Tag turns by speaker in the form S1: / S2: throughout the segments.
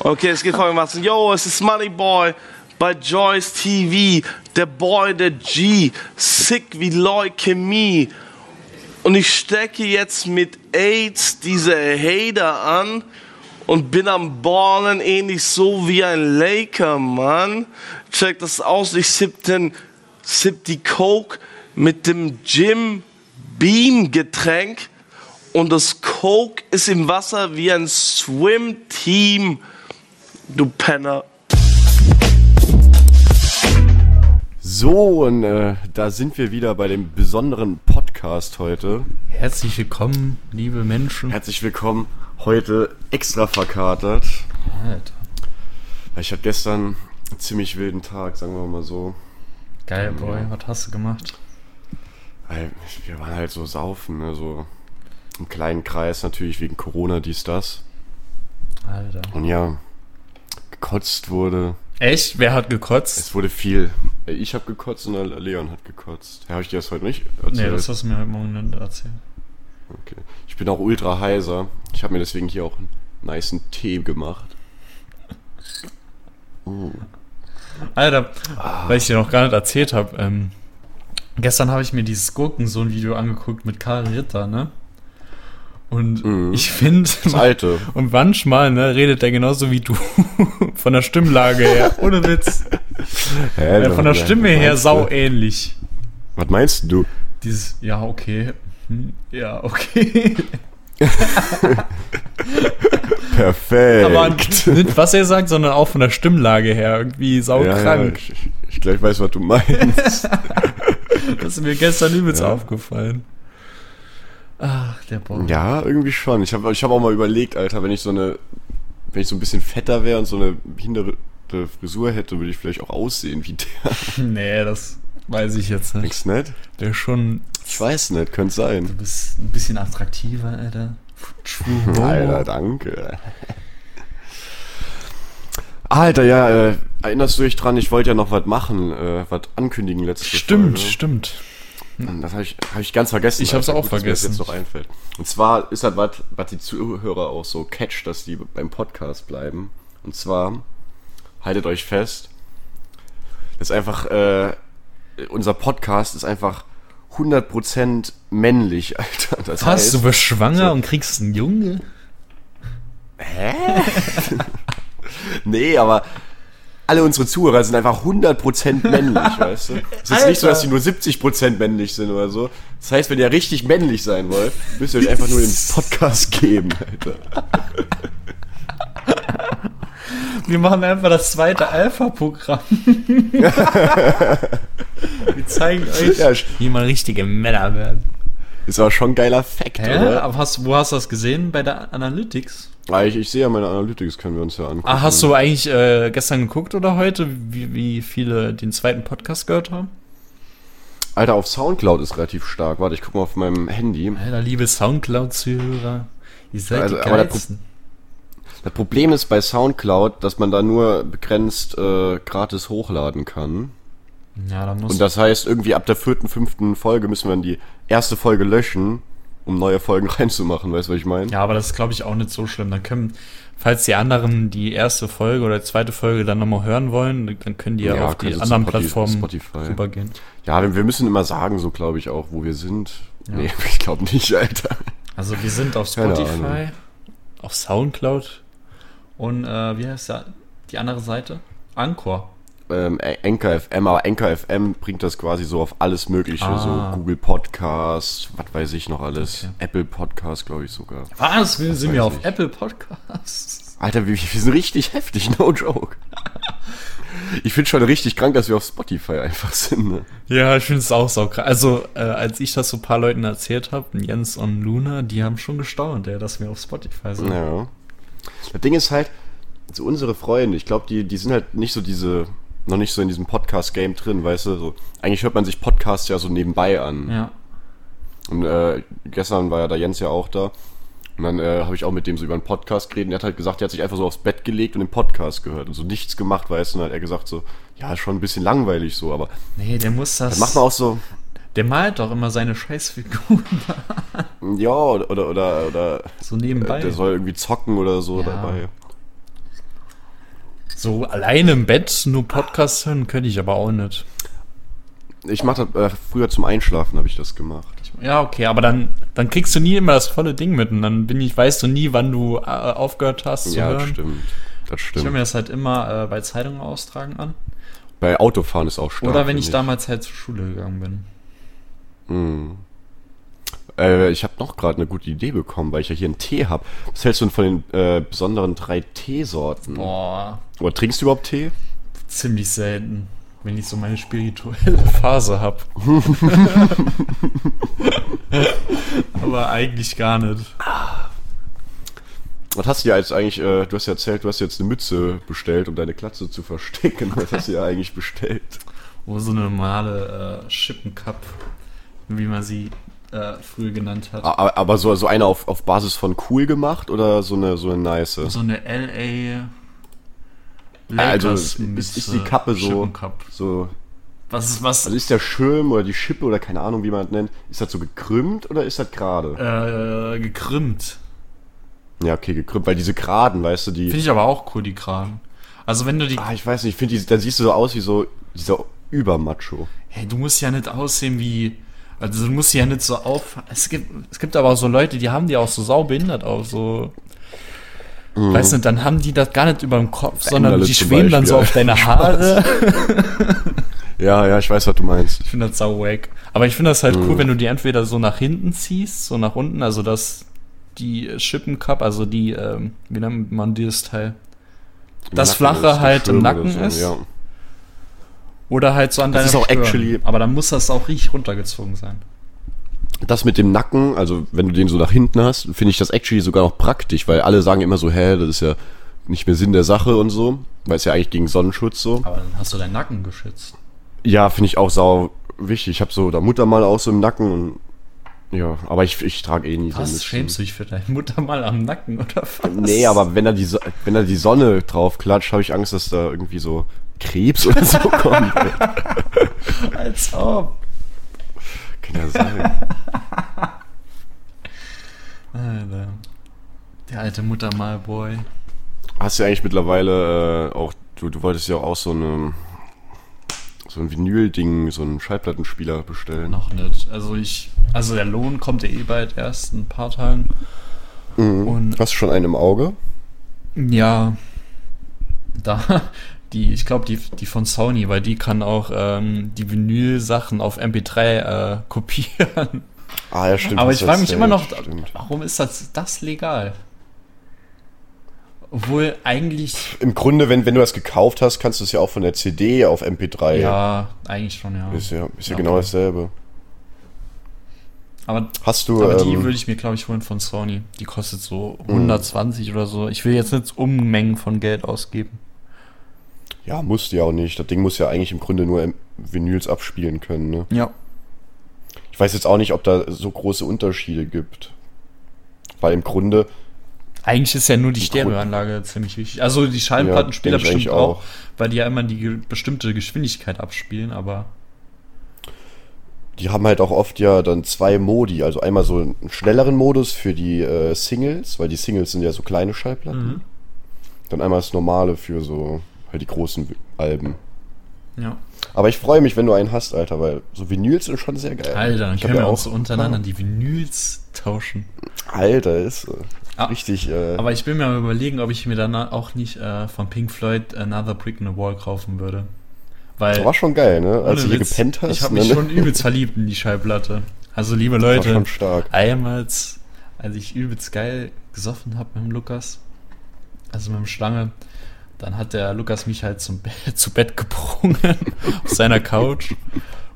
S1: Okay, es geht folgendermaßen. Yo, es ist Moneyboy bei Joyce TV. Der Boy, der G. Sick wie Leukämie. Und ich stecke jetzt mit AIDS diese Hater an und bin am Ballen ähnlich so wie ein Laker, Mann. Check das aus. Ich sipp, den, sipp die Coke mit dem Jim Beam Getränk und das Coke ist im Wasser wie ein Swim-Team. Du Penner.
S2: So, und äh, da sind wir wieder bei dem besonderen Podcast heute.
S3: Herzlich willkommen, liebe Menschen.
S2: Herzlich willkommen, heute extra verkatert.
S3: Alter.
S2: Ich hatte gestern einen ziemlich wilden Tag, sagen wir mal so.
S3: Geil, Boy, was hast du gemacht?
S2: Weil Wir waren halt so saufen, ne? so im kleinen Kreis natürlich wegen Corona, dies, das.
S3: Alter.
S2: Und ja, gekotzt wurde.
S3: Echt? Wer hat gekotzt?
S2: Es wurde viel. Ich habe gekotzt und Leon hat gekotzt. Ja, habe ich dir das heute nicht erzählt?
S3: Nee, das hast du mir heute Morgen nicht erzählt.
S2: Okay. Ich bin auch ultra heiser. Ich habe mir deswegen hier auch einen niceen Tee gemacht.
S3: Alter,
S2: Ah.
S3: weil ich dir noch gar nicht erzählt habe, ähm, gestern habe ich mir dieses Gurkensohn-Video angeguckt mit Karl Ritter, ne? Und
S2: Mhm.
S3: ich finde,
S2: Das alte.
S3: und manchmal, ne, redet er genauso wie du. von der Stimmlage her. Ohne Witz. Äh,
S2: Hä,
S3: von der
S2: was
S3: Stimme her
S2: meinst
S3: sau e-
S2: du?
S3: ähnlich.
S2: Was meinst du?
S3: Dieses, ja, okay. Hm, ja, okay.
S2: Perfekt.
S3: Aber nicht, was er sagt, sondern auch von der Stimmlage her. Irgendwie
S2: ja, ja,
S3: saukrank.
S2: ich, ich- ich glaube, ich weiß, was du meinst.
S3: Das ist mir gestern übelst
S2: Ja.
S3: aufgefallen. Ach, der Bock.
S2: ja, irgendwie schon. Ich habe ich hab auch mal überlegt, Alter, wenn ich so eine, wenn ich so ein bisschen fetter wäre und so eine behinderte Frisur hätte, würde ich vielleicht auch aussehen wie der.
S3: Nee, das weiß ich jetzt nicht.
S2: Denkst du nicht?
S3: Der ist schon
S2: Ich weiß nicht, könnte sein.
S3: du bist ein bisschen attraktiver, Alter. True Homo.
S2: Alter, danke. Alter, ja, äh, erinnerst du dich dran, ich wollte ja noch was machen, äh, was ankündigen letzte
S3: Stimmt,
S2: Folge.
S3: stimmt.
S2: Mann, Das habe ich, hab ich ganz vergessen.
S3: Ich hab's
S2: Alter.
S3: auch
S2: dass mir das
S3: vergessen.
S2: Jetzt noch einfällt. Und zwar ist halt was, was die Zuhörer auch so catcht, dass die beim Podcast bleiben. Und zwar, haltet euch fest, das ist einfach, äh, unser Podcast ist einfach 100% männlich, Alter. Das
S3: Was? Du
S2: heißt,
S3: wirst schwanger und kriegst einen Junge?
S2: nee, aber alle unsere Zuhörer sind einfach 100% männlich, weißt du? Es ist jetzt nicht so, dass die nur 70% männlich sind oder so. Das heißt, wenn ihr richtig männlich sein wollt, müsst ihr euch einfach nur den Podcast geben, Alter.
S3: Wir machen einfach das zweite Alpha-Programm. Wir zeigen euch,
S2: Ja, sch-
S3: wie man richtige Männer werden.
S2: Ist aber schon ein geiler Fact,
S3: Hä?
S2: oder?
S3: Aber hast, wo hast du das gesehen? Bei der Analytics?
S2: Ah, Ich, ich sehe ja meine Analytics, können wir uns ja angucken.
S3: Ah, hast du eigentlich äh, gestern geguckt oder heute, wie, wie viele den zweiten Podcast gehört haben?
S2: Alter, auf Soundcloud ist relativ stark. Warte, ich guck mal auf meinem Handy.
S3: Alter, liebe Soundcloud-Zuhörer, ihr seid
S2: Also,
S3: die
S2: aber der
S3: geilsten.
S2: Das Problem ist bei Soundcloud, dass man da nur begrenzt äh, gratis hochladen kann.
S3: Ja, da muss
S2: Und das heißt, irgendwie ab der vierten, fünften Folge müssen wir dann die erste Folge löschen, um neue Folgen reinzumachen. Weißt du, was ich meine?
S3: Ja, aber das ist, glaube ich, auch nicht so schlimm. Dann können, falls die anderen die erste Folge oder zweite Folge dann nochmal hören wollen, dann können die ja,
S2: Ja,
S3: auf die
S2: können sie zu
S3: anderen
S2: Spotify-
S3: Plattformen
S2: Spotify.
S3: rübergehen.
S2: Ja, wir, wir müssen immer sagen, so glaube ich auch, wo wir sind. Nee, ich glaube nicht, Alter.
S3: Also wir sind auf
S2: Keine
S3: Spotify, auf Soundcloud und äh, wie heißt der, die andere Seite? Anchor.
S2: ähm, Anchor FM, aber Anchor FM bringt das quasi so auf alles Mögliche,
S3: Ah.
S2: so Google Podcast, was weiß ich noch alles,
S3: Okay.
S2: Apple Podcast, glaube ich sogar.
S3: Was? Wir sind
S2: weiß
S3: wir auf
S2: ich.
S3: Apple Podcasts.
S2: Alter, wir, wir sind richtig heftig, no joke. Ich finde schon richtig krank, dass wir auf Spotify einfach sind. Ne?
S3: Ja, ich finde es auch saukrass. Also, äh, als ich das so ein paar Leuten erzählt habe, Jens und Luna, die haben schon gestaunt, ja, dass wir auf Spotify sind.
S2: Ja. Das Ding ist halt, so unsere Freunde, ich glaube, die, die sind halt nicht so diese, noch nicht so in diesem Podcast-Game drin, weißt du? So, eigentlich hört man sich Podcasts ja so nebenbei an.
S3: Ja.
S2: Und äh, gestern war ja der Jens ja auch da. Und dann äh, habe ich auch mit dem so über einen Podcast geredet. Und er hat halt gesagt, er hat sich einfach so aufs Bett gelegt und den Podcast gehört und so nichts gemacht, weißt du. Und dann hat er gesagt so, ja, ist schon ein bisschen langweilig so, aber
S3: Nee, der muss das.
S2: dann macht man auch so,
S3: der malt doch immer seine Scheißfiguren
S2: ja, oder, oder, oder, oder
S3: so
S2: äh,
S3: nebenbei.
S2: der soll irgendwie zocken oder so
S3: Ja.
S2: dabei.
S3: So alleine im Bett nur Podcast hören könnte ich aber auch nicht.
S2: Ich mache das äh, früher zum Einschlafen, habe ich das gemacht.
S3: Ja, okay, aber dann, dann kriegst du nie immer das volle Ding mit und dann bin ich, weißt du nie, wann du äh, aufgehört hast zu
S2: ja, das
S3: hören.
S2: stimmt. Das
S3: Ich höre mir
S2: stimmt.
S3: das halt immer äh, bei Zeitungen austragen an.
S2: Bei Autofahren ist auch stark.
S3: Oder wenn
S2: finde
S3: ich, damals halt zur Schule gegangen bin.
S2: Äh, ich habe noch gerade eine gute Idee bekommen, weil ich ja hier einen Tee habe. Was hältst du denn von den äh, besonderen drei Teesorten?
S3: Boah,
S2: Oder trinkst du überhaupt Tee?
S3: ziemlich selten, wenn ich so meine spirituelle Phase habe. aber eigentlich gar nicht.
S2: Was hast du ja jetzt eigentlich, äh, du hast ja erzählt, du hast jetzt eine Mütze bestellt, um deine Klatze zu verstecken. Was hast du ja eigentlich bestellt?
S3: Wo so eine normale äh, Schippencup, wie man sie äh, früher genannt hat.
S2: Aber, aber so, so eine auf, auf Basis von cool gemacht oder so eine, so eine nice?
S3: So eine LA.
S2: also
S3: Lakers äh,
S2: ist, ist die Kappe so,
S3: Schippencup.
S2: so.
S3: Was ist was?
S2: Also ist der Schirm oder die Schippe oder keine Ahnung, wie man das nennt, ist das so gekrümmt oder ist das gerade?
S3: äh, gekrümmt.
S2: Ja, okay, gekrümmt, weil diese Geraden, weißt du, die.
S3: Finde ich aber auch cool, die Kragen. Also wenn du die.
S2: Ah, ich weiß nicht, ich finde, die- dann siehst du so aus wie so dieser Übermacho.
S3: Hey, du musst ja nicht aussehen wie. Also du musst ja nicht so auf. Es gibt, es gibt aber auch so Leute, die haben die auch so saubehindert auf, so. Weißt du, dann haben die das gar nicht über dem Kopf, sondern
S2: Änderle
S3: die
S2: Mhm. zum
S3: schweben dann so
S2: Beispiel.
S3: auf deine Haare.
S2: Ja, ja, ich weiß, was du meinst.
S3: Ich finde das sau wack. Aber ich finde das halt
S2: Mhm.
S3: cool, wenn du die entweder so nach hinten ziehst, so nach unten, also dass die Schippencup, also die, ähm, wie nennt man dieses Teil? Das Flache
S2: der
S3: halt im
S2: Schirm oder
S3: Nacken ist.
S2: Ja.
S3: Oder halt so an
S2: Das
S3: deiner
S2: ist auch
S3: Stirn.
S2: actually-
S3: Aber dann muss das auch richtig runtergezogen sein.
S2: Das mit dem Nacken, also wenn du den so nach hinten hast, finde ich das actually sogar noch praktisch, weil alle sagen immer so, hä, das ist ja nicht mehr Sinn der Sache und so, weil es ja eigentlich gegen Sonnenschutz so.
S3: Aber dann hast du deinen Nacken geschützt.
S2: Ja, finde ich auch sau wichtig. Ich habe so da Mutter mal auch so im Nacken und ja, aber ich, ich trage eh nie so
S3: Was?
S2: Mützen.
S3: Schämst du dich für deine Mutter mal am Nacken oder was?
S2: Nee, aber wenn da die, So- wenn da die Sonne drauf klatscht, habe ich Angst, dass da irgendwie so Krebs oder so kommt.
S3: Als ob.
S2: Kann ja sein.
S3: Alter. Der alte Mutter mal, Boy.
S2: Hast du eigentlich mittlerweile äh, auch, du, du wolltest ja auch so eine so ein Vinyl-Ding, so einen Schallplattenspieler bestellen.
S3: Noch nicht. Also ich. Also der Lohn kommt ja eh bald erst in ein paar Tagen. Und
S2: Hast du schon einen im Auge?
S3: Ja, da die, ich glaube die, die von Sony, weil die kann auch ähm, die Vinyl-Sachen auf MP3 äh, kopieren.
S2: Ah, ja, stimmt.
S3: Aber
S2: das
S3: ich frage
S2: erzählt,
S3: mich immer noch,
S2: stimmt.
S3: warum ist das, das legal? Obwohl eigentlich,
S2: Im Grunde, wenn, wenn du das gekauft hast, kannst du es ja auch von der CD auf MP3.
S3: ja, eigentlich schon, ja.
S2: Ist ja, ist ja
S3: Okay.
S2: genau dasselbe.
S3: Aber,
S2: Hast du.
S3: aber die
S2: ähm, Mhm.
S3: würde ich mir, glaube ich, holen von Sony. Die kostet so 120 oder so. Ich will jetzt nicht Unmengen von Geld ausgeben.
S2: ja, musst du ja auch nicht. Das Ding muss ja eigentlich im Grunde nur ähm, Vinyls abspielen können. Ne?
S3: Ja.
S2: Ich weiß jetzt auch nicht, ob da so große Unterschiede gibt. Weil im Grunde,
S3: Eigentlich ist ja nur die Stereoanlage ziemlich wichtig. Also die Schallplattenspieler
S2: Ja, denk ich
S3: bestimmt
S2: eigentlich
S3: auch,
S2: auch.
S3: weil die ja immer die ge- bestimmte Geschwindigkeit abspielen, aber
S2: die haben halt auch oft ja dann zwei Modi. Also einmal so einen schnelleren Modus für die äh, Singles, weil die Singles sind ja so kleine
S3: Mhm.
S2: Schallplatten. Dann einmal das normale für so halt die großen Alben.
S3: ja.
S2: Aber ich freue mich, wenn du einen hast, Alter, weil so Vinyls sind schon sehr geil.
S3: Alter, dann
S2: Ich hab
S3: können wir
S2: ja
S3: auch so untereinander
S2: Ja,
S3: die Vinyls tauschen.
S2: Alter, ist äh,
S3: Ah,
S2: richtig. Äh,
S3: Aber ich bin mir am überlegen, ob ich mir dann auch nicht äh, von Pink Floyd Another Brick in the Wall kaufen würde. Weil
S2: das war schon geil, ne? Als du
S3: äh, ohne
S2: hier
S3: Witz,
S2: gepennt hast.
S3: ich habe
S2: ne?
S3: mich schon übelst verliebt in die Schallplatte. Also liebe
S2: war
S3: Leute,
S2: schon stark.
S3: einmal, als ich übelst geil gesoffen habe mit dem Lukas, also mit dem Schlange, dann hat der Lukas mich halt zum Be zu Bett gebrungen auf seiner Couch.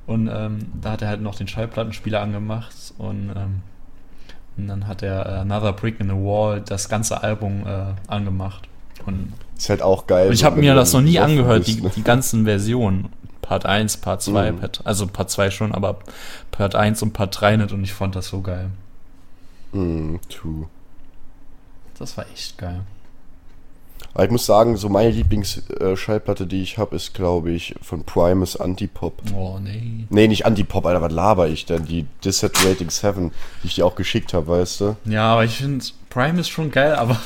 S3: Und ähm, da hat er halt noch den Schallplattenspieler angemacht und, ähm, und dann hat er äh, Another Brick in the Wall das ganze Album äh, angemacht. Und
S2: Ist halt auch geil.
S3: und ich
S2: so,
S3: habe
S2: wenn
S3: mir
S2: du
S3: das noch nie
S2: besoffen
S3: angehört,
S2: bist,
S3: die,
S2: ne?
S3: die ganzen Versionen. Part 1, Part 2,
S2: Mhm.
S3: Part, also Part 2 schon, aber Part 1 und Part 3 nicht und ich fand das so geil.
S2: Mm, true.
S3: Das war echt geil.
S2: Aber ich muss sagen, so meine Lieblingsschallplatte, die ich habe, ist, glaube ich, von Primus Antipop.
S3: Oh nee.
S2: Nee, nicht Antipop, Alter, was laber ich denn? Die Desaturating 7, die ich dir auch geschickt habe, weißt du?
S3: Ja, aber ich finde, Prime ist schon geil, aber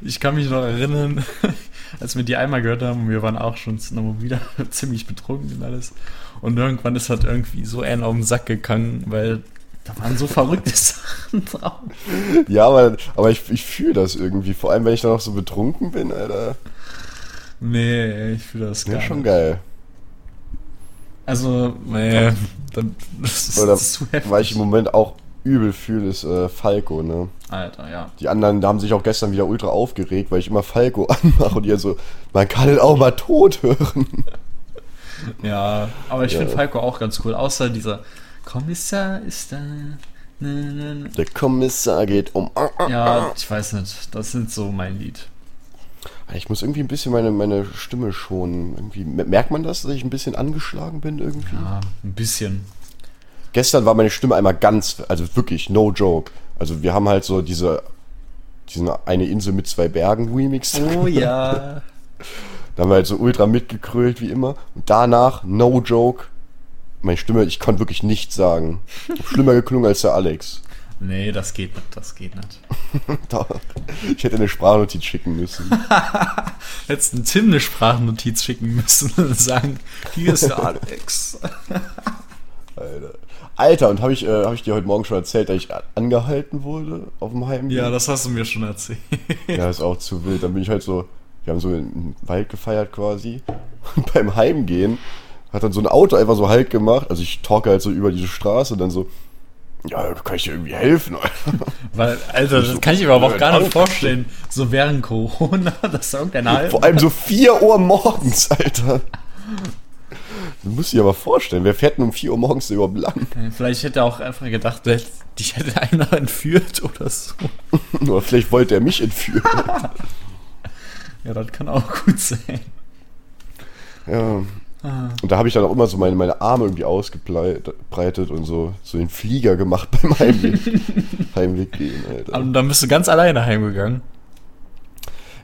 S3: ich kann mich noch erinnern, als wir die einmal gehört haben, und wir waren auch schon wieder ziemlich betrunken und alles. Und irgendwann ist halt irgendwie so ein auf den Sack gegangen, weil da waren so verrückte Sachen drauf.
S2: Ja, aber, aber ich, ich fühle das irgendwie. Vor allem, wenn ich dann noch so betrunken bin, Alter.
S3: Nee, ich fühle das gar
S2: Ja,
S3: nicht.
S2: schon geil.
S3: Also, nee, dann, das ist
S2: Oder
S3: zu heftig.
S2: weil ich im Moment auch übel fühle, ist äh, Falco, ne?
S3: Alter, ja.
S2: Die anderen da haben sich auch gestern wieder ultra aufgeregt, weil ich immer Falco anmache und ihr so, man kann ihn auch mal tot hören.
S3: Ja, aber ich
S2: Ja.
S3: finde Falco auch ganz cool. Außer dieser Kommissar ist da. Na, na, na.
S2: Der Kommissar geht um.
S3: Ja, ich weiß nicht. Das sind so mein Lied.
S2: Ich muss irgendwie ein bisschen meine, meine Stimme schonen. Irgendwie, merkt man das, dass ich ein bisschen angeschlagen bin irgendwie?
S3: Ja, ein bisschen.
S2: Gestern war meine Stimme einmal ganz, also wirklich, no joke. Also wir haben halt so diese, diesen eine Insel mit zwei Bergen Remix.
S3: Oh ja.
S2: Da haben wir halt so ultra mitgekrölt wie immer. Und danach, no joke, meine Stimme, ich konnte wirklich nichts sagen. Schlimmer geklungen als der Alex.
S3: Nee, das geht nicht. Das geht nicht.
S2: Da, ich hätte eine Sprachnotiz schicken müssen.
S3: Hättest du Tim eine Sprachnotiz schicken müssen und sagen: Hier ist der Alex.
S2: Alter, Alter und habe ich, äh, hab ich dir heute Morgen schon erzählt, dass ich a- angehalten wurde auf dem Heimweg?
S3: Ja, das hast du mir schon erzählt.
S2: Ja, ist auch zu wild. Dann bin ich halt so, wir haben so im Wald gefeiert quasi. Und beim Heimgehen hat dann so ein Auto einfach so halt gemacht. Also ich talke halt so über diese Straße und dann so, ja, kann ich dir irgendwie helfen? Alter?
S3: Weil, Alter, das kann ich mir aber auch gar nicht
S2: Danke.
S3: vorstellen. So während Corona, dass da irgendein Alter.
S2: Vor allem so 4 Uhr morgens, Alter. Du musst dir aber vorstellen, wer fährt denn um 4 Uhr morgens denn überhaupt lang?
S3: Äh, Vielleicht hätte er auch einfach gedacht, der- dich hätte einer entführt oder so.
S2: Oder vielleicht wollte er mich entführen.
S3: Ja, das kann auch gut sein.
S2: Ja. Und da habe ich dann auch immer so meine, meine Arme irgendwie ausgebreitet und so, so den Flieger gemacht beim Heimweg. Heimweg gehen, Alter.
S3: Und dann bist du ganz alleine heimgegangen.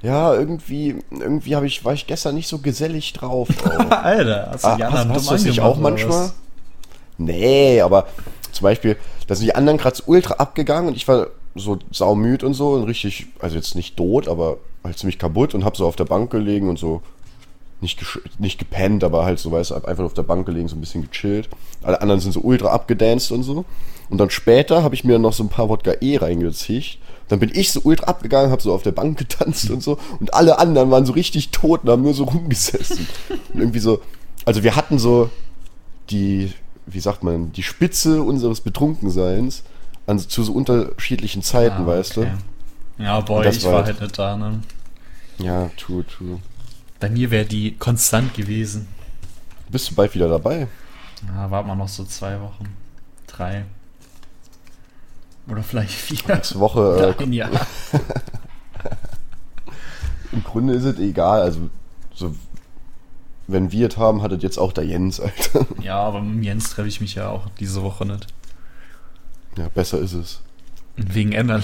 S2: Ja, irgendwie, irgendwie habe ich, war ich gestern nicht so gesellig drauf. auch.
S3: Alter, hast du die
S2: Ah,
S3: anderen
S2: hast hast du
S3: dumm
S2: das nicht
S3: angemacht,
S2: auch
S3: oder
S2: manchmal?
S3: was?
S2: Nee, aber zum Beispiel, da sind die anderen gerade so ultra abgegangen und ich war so saumüd und so und richtig, also jetzt nicht tot, aber halt ziemlich kaputt und hab so auf der Bank gelegen und so nicht, gesch- nicht gepennt, aber halt so, weißt du, hab einfach auf der Bank gelegen, so ein bisschen gechillt. Alle anderen sind so ultra abgedanced und so. Und dann später habe ich mir noch so ein paar Wodka E reingezischt. Dann bin ich so ultra abgegangen, habe so auf der Bank getanzt und so. Und alle anderen waren so richtig tot und haben nur so rumgesessen. Und irgendwie so, also wir hatten so die, wie sagt man, die Spitze unseres Betrunkenseins an, zu so unterschiedlichen Zeiten,
S3: Ah,
S2: weißt
S3: okay. Ja, boy,
S2: Das
S3: ich
S2: war
S3: war
S2: halt-
S3: halt nicht da, ne?
S2: du? Ja, true, true.
S3: Bei mir wäre die konstant gewesen.
S2: Bist du bald wieder dabei?
S3: Ja, warte mal noch so zwei Wochen. Drei. Oder vielleicht vier.
S2: Nächste Woche äh,
S3: Oder ein Jahr.
S2: Im Grunde ist es egal. Also, so, wenn wir es haben, hattet jetzt auch der Jens, Alter.
S3: Ja, aber mit Jens treffe ich mich ja auch diese Woche nicht.
S2: Ja, besser ist es.
S3: Wegen Emmerl.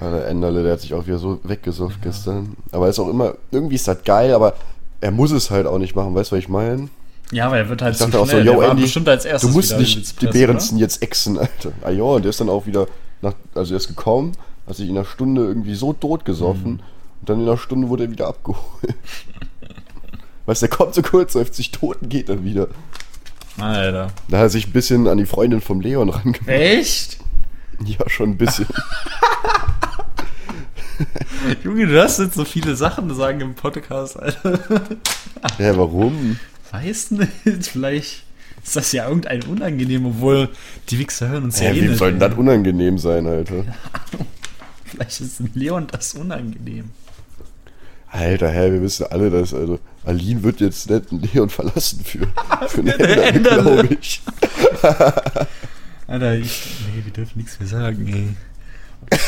S2: Ja, der Enderle, der hat sich auch wieder so weggesofft gestern. Aber ist auch immer, irgendwie ist das geil, aber er muss es halt auch nicht machen, weißt du, was ich meine?
S3: Ja, aber er wird halt
S2: Ich dachte auch so,
S3: der
S2: yo,
S3: war
S2: Andy,
S3: bestimmt als erstes
S2: du musst
S3: wieder
S2: nicht
S3: übelst
S2: die
S3: platt, oder?
S2: Behrensen jetzt exen, Alter. Ah ja, und der ist dann auch wieder, nach, also er ist gekommen, hat sich in einer Stunde irgendwie so tot
S3: Mhm.
S2: gesoffen und dann in einer Stunde wurde er wieder abgeholt. weißt du, der kommt so kurz, säuft sich tot und geht dann wieder.
S3: Alter.
S2: Da hat er sich ein bisschen an die Freundin vom Leon rangemacht.
S3: Echt?
S2: Ja, schon ein bisschen.
S3: Junge, du hast jetzt so viele Sachen zu sagen im Podcast, Alter.
S2: ja, warum?
S3: Weiß nicht, vielleicht ist das ja irgendein unangenehm, obwohl die Wichser hören uns ja,
S2: Ja,
S3: eh
S2: wem
S3: nicht.
S2: soll denn das unangenehm sein, Alter?
S3: Vielleicht ist dem Leon das unangenehm.
S2: Alter, hä, wir wissen alle das, also Aline wird jetzt nicht einen Leon verlassen für, für einen Händler,
S3: Händerle.
S2: glaube ich.
S3: Alter, ich, nee, wir dürfen nichts mehr sagen, ey.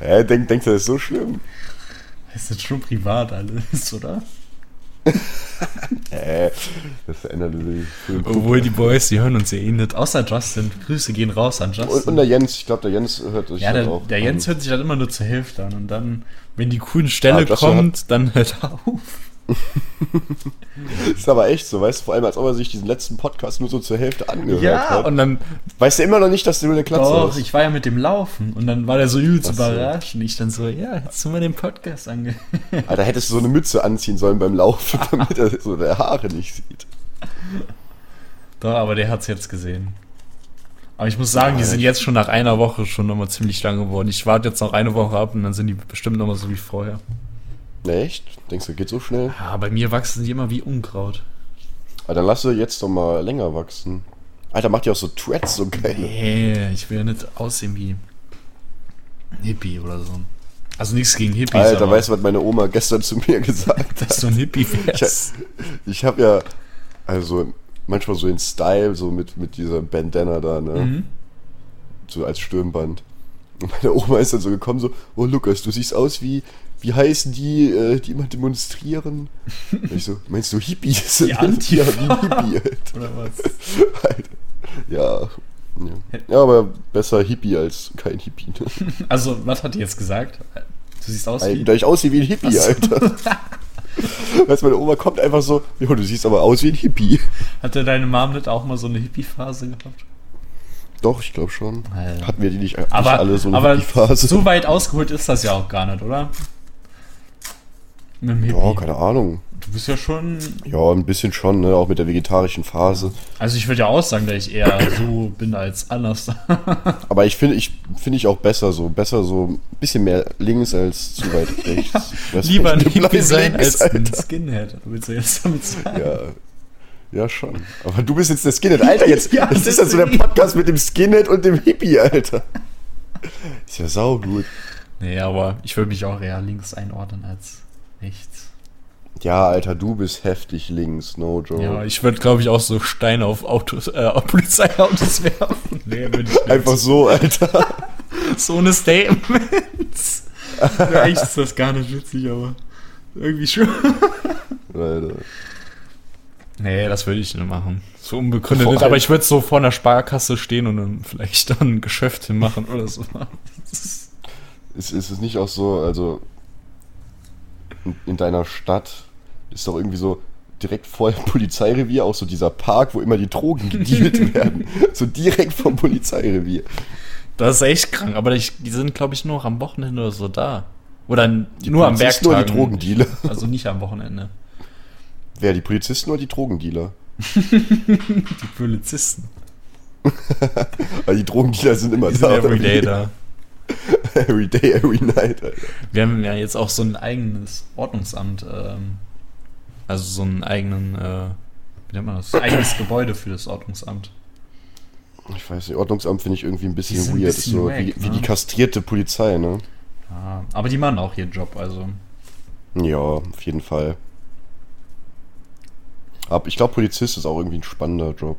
S2: Hä, denk, denkt er, das ist so schlimm?
S3: Ist das schon privat alles, oder?
S2: Äh, das verändert sich.
S3: Obwohl die Boys, die hören uns ja eh nicht. Außer Justin. Grüße gehen raus an Justin.
S2: Und, und der Jens, ich glaube, der Jens hört sich
S3: ja,
S2: das
S3: der,
S2: auch.
S3: der Jens hört sich dann immer nur zur Hälfte an. Und dann, wenn die coolen
S2: Ah,
S3: Stelle
S2: Justin
S3: kommt, dann hört er auf.
S2: ist aber echt so, weißt du, vor allem als ob er sich diesen letzten Podcast nur so zur Hälfte angehört
S3: Ja,
S2: hat.
S3: und dann.
S2: weißt du immer noch nicht, dass du eine Klatze
S3: Doch,
S2: hast?
S3: ich war ja mit dem Laufen und dann war der so übelst
S2: Ach so.
S3: überrascht und ich dann so, ja, jetzt sind wir den Podcast angehört.
S2: Alter, hättest du so eine Mütze anziehen sollen beim Laufen, damit er so der Haare nicht sieht.
S3: Doch, aber der hat's jetzt gesehen. Aber ich muss sagen, die sind jetzt schon nach einer Woche schon nochmal ziemlich lang geworden. Ich warte jetzt noch eine Woche ab und dann sind die bestimmt nochmal so wie vorher.
S2: Ne, echt? Denkst du, geht so schnell?
S3: Ja, bei mir wachsen die immer wie Unkraut.
S2: Ah, dann lass sie jetzt doch mal länger wachsen. Alter, macht ja auch so Threads so geil.
S3: Nee, ich will ja nicht aussehen wie ein Hippie oder so. Also nichts gegen Hippies,
S2: Alter,
S3: aber
S2: weißt du, was meine Oma gestern zu mir gesagt hat?
S3: dass du ein Hippie wärst.
S2: Ich habe ja, also manchmal so den Style, so mit, mit dieser Bandana da, ne? So als Stirnband. Und meine Oma ist dann so gekommen, so, oh Lukas, du siehst aus wie, wie heißen die, äh, die immer demonstrieren? Und ich so, meinst du Hippies?
S3: Die Antifa.
S2: Ja, wie Hippie halt.
S3: Oder was?
S2: Alter. ja. ja. Ja, aber besser Hippie als kein Hippie. Ne?
S3: Also, was hat die jetzt gesagt? Du siehst aus
S2: Alter,
S3: wie.
S2: da ich aussehe wie ein Hippie,
S3: Ach so.
S2: Alter. Weißt du, meine Oma kommt einfach so, jo, du siehst aber aus wie ein Hippie.
S3: Hatte deine Mom nicht auch mal so eine Hippie-Phase gehabt?
S2: Doch, ich glaube schon.
S3: Alter.
S2: Hatten wir die nicht, nicht
S3: Aber,
S2: alle so eine
S3: aber
S2: Hippie-Phase?
S3: so weit ausgeholt ist das ja auch gar nicht, oder? Mit dem Hippie.
S2: Ja, keine Ahnung.
S3: du bist ja schon.
S2: Ja, ein bisschen schon, ne? auch mit der vegetarischen Phase.
S3: Also, ich würde ja auch sagen, dass ich eher so bin als anders.
S2: Aber ich finde ich, finde ich auch besser so. Besser so ein bisschen mehr links als zu weit rechts. Weißt du,
S3: Lieber ein
S2: ich bleib
S3: Hippie sein
S2: links,
S3: als ein
S2: Alter.
S3: Skinhead. Willst du jetzt damit sagen?
S2: Ja. ja, schon. Aber du bist jetzt der Skinhead. Alter, jetzt
S3: Ja,
S2: das ist ja so der
S3: deswegen.
S2: Podcast mit dem Skinhead und dem Hippie, Alter. Ist ja saugut.
S3: Nee, aber ich würde mich auch eher links einordnen als rechts.
S2: Ja, Alter, du bist heftig links, no joke.
S3: Ja, ich würde, glaube ich, auch so Steine auf Autos, äh, auf Polizeiautos werfen. Nee, würde ich
S2: Einfach so, Alter.
S3: so eine Statements. ja, echt ist das gar nicht witzig, aber irgendwie schon.
S2: Alter.
S3: Nee, das würde ich nicht machen. So unbegründet.
S2: Vor
S3: nicht,
S2: allem-
S3: Aber ich würde so vor einer Sparkasse stehen und dann vielleicht dann ein Geschäft hinmachen oder so.
S2: Ist, ist es nicht auch so, also in, in deiner Stadt ist doch irgendwie so direkt vor dem Polizeirevier auch so dieser Park, wo immer die Drogen gedealt werden. So direkt vom Polizeirevier.
S3: Das ist echt krank, aber ich, die sind, glaube ich, nur am Wochenende oder so da. Oder nur am
S2: Polizisten
S3: Werktagen.
S2: oder die Drogendealer?
S3: Also nicht am Wochenende.
S2: Wer, die Polizisten oder die Drogendealer?
S3: Die Polizisten.
S2: Weil die Drogendealer sind immer
S3: Die sind
S2: oder
S3: every day
S2: wie?
S3: da.
S2: Every day, every night, Alter.
S3: Wir haben ja jetzt auch so ein eigenes Ordnungsamt, ähm, also so einen eigenen, äh, wie nennt man das? Eigenes Gebäude für das Ordnungsamt.
S2: Ich weiß nicht, Ordnungsamt finde ich irgendwie ein bisschen
S3: Die sind ein
S2: weird.
S3: bisschen
S2: ist so
S3: wack,
S2: wie, wie
S3: ne?
S2: die kastrierte Polizei, ne?
S3: Ja, aber die machen auch ihren Job, also.
S2: Ja, auf jeden Fall. Aber ich glaube, Polizist ist auch irgendwie ein spannender Job.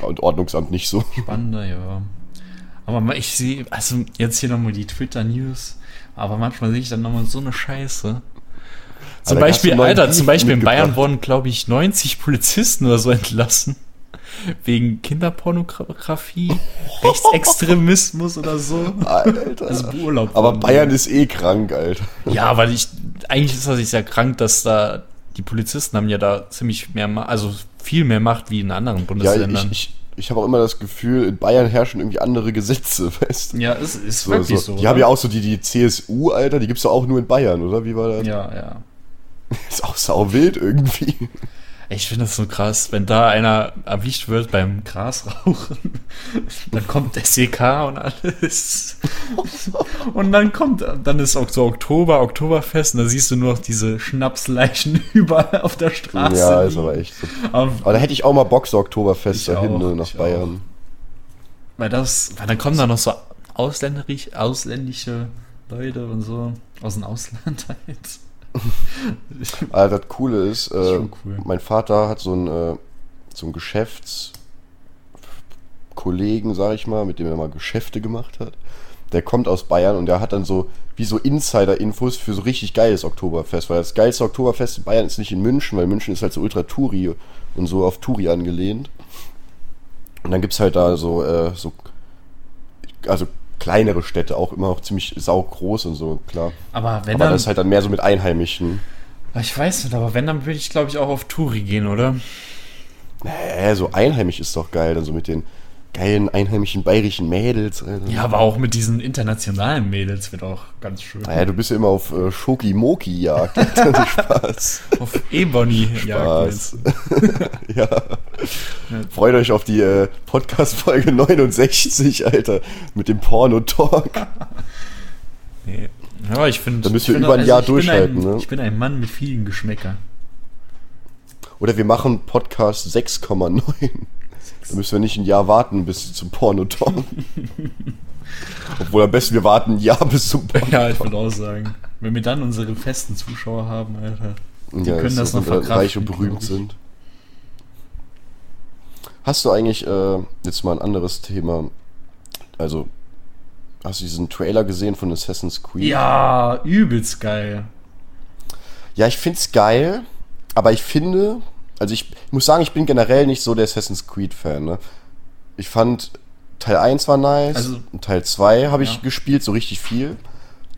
S2: Und Ordnungsamt nicht so.
S3: Spannender, ja. Aber ma- ich sehe, also jetzt hier nochmal die Twitter-News, aber manchmal sehe ich dann nochmal so eine Scheiße. Zum
S2: dann hast du
S3: Beispiel,
S2: einen neuen
S3: Alter,
S2: Brief
S3: zum Beispiel in Bayern
S2: mitgebracht.
S3: wurden, glaube ich, 90 Polizisten oder so entlassen. Wegen Kinderpornografie, Rechtsextremismus oder so.
S2: Alter.
S3: Also beurlaubt.
S2: Aber
S3: worden.
S2: Bayern ist eh krank, Alter.
S3: Ja, weil ich, eigentlich ist das ja krank, dass da, die Polizisten haben ja da ziemlich mehr, Ma- also viel mehr Macht wie in anderen
S2: Ja, ich,
S3: Bundesländern.
S2: ich, ich habe auch immer das Gefühl, in Bayern herrschen irgendwie andere Gesetze, weißt du?
S3: Ja, es ist ne?
S2: So, so. die haben ja auch so die, die CSU, Alter, die gibt's doch auch nur in Bayern, oder? Wie war das?
S3: Ja, ja.
S2: Ist auch sauwild irgendwie.
S3: Ich finde das so krass, wenn da einer erwischt wird beim Grasrauchen, dann kommt der SEK und alles. Und dann kommt, dann ist auch so Oktober, Oktoberfest und da siehst du nur noch diese Schnapsleichen überall auf der Straße.
S2: ja, ist
S3: liegen.
S2: aber echt so.
S3: Aber
S2: Aber da hätte ich auch mal Bock, so Oktoberfest
S3: Ich
S2: dahin,
S3: auch,
S2: ne, nach
S3: ich
S2: Bayern.
S3: Weil das, weil dann kommen da noch so ausländisch, ausländische Leute und so aus dem Ausland halt.
S2: Aber das Coole ist,
S3: ist
S2: äh,
S3: schon cool.
S2: mein Vater hat so ein, äh, so ein Geschäftskollegen, sag ich mal, mit dem er mal Geschäfte gemacht hat. Der kommt aus Bayern und der hat dann so wie so Insider-Infos für so richtig geiles Oktoberfest, weil das geilste Oktoberfest in Bayern ist nicht in München, weil München ist halt so ultra Touri und so auf Touri angelehnt. Und dann gibt es halt da so, äh, so, also kleinere Städte, auch immer auch ziemlich saugroß und so, klar.
S3: Aber
S2: Aber
S3: wenn
S2: halt
S3: dann,
S2: das ist halt dann mehr so mit Einheimischen.
S3: Aber Ich weiß nicht, aber wenn, dann würde ich, glaube ich, auch auf Touri gehen, oder?
S2: Äh, so einheimisch ist doch geil, dann so mit den geilen einheimischen bayerischen Mädels. Alter.
S3: Ja, aber auch mit diesen internationalen Mädels wird auch ganz schön.
S2: Naja, du bist ja immer auf äh, Schoki-Moki-Jagd. Spaß.
S3: Auf Ebony.
S2: Spaß. ja. Freut euch auf die äh, Podcast-Folge 69, Alter. Mit dem Porno-Talk.
S3: Nee. Ja, ich finde.
S2: Da müssen wir
S3: ich find- also
S2: über ein Jahr
S3: ich bin
S2: durchhalten,
S3: ein,
S2: ne?
S3: Ich bin ein Mann mit vielen Geschmäckern.
S2: Oder wir machen Podcast 6,9. Da müssen wir nicht ein Jahr warten bis zum Porno-Talk. Obwohl am besten wir warten ein Jahr bis zum Porno.
S3: Ja, ich würde auch sagen. Wenn wir dann unsere festen Zuschauer haben, Alter.
S2: Die
S3: können das noch verkraften,
S2: Reich und berühmt
S3: glaub ich.
S2: sind. Hast du eigentlich, äh, jetzt mal ein anderes Thema, also, hast du diesen Trailer gesehen von Assassin's Creed?
S3: Ja, übelst geil.
S2: Ja, ich find's geil, aber ich finde, also ich muss sagen, ich bin generell nicht so der Assassin's Creed-Fan. Ne? Ich fand, Teil 1 war nice,
S3: Also-
S2: und Teil 2 habe ich
S3: Ja.
S2: gespielt, so richtig viel.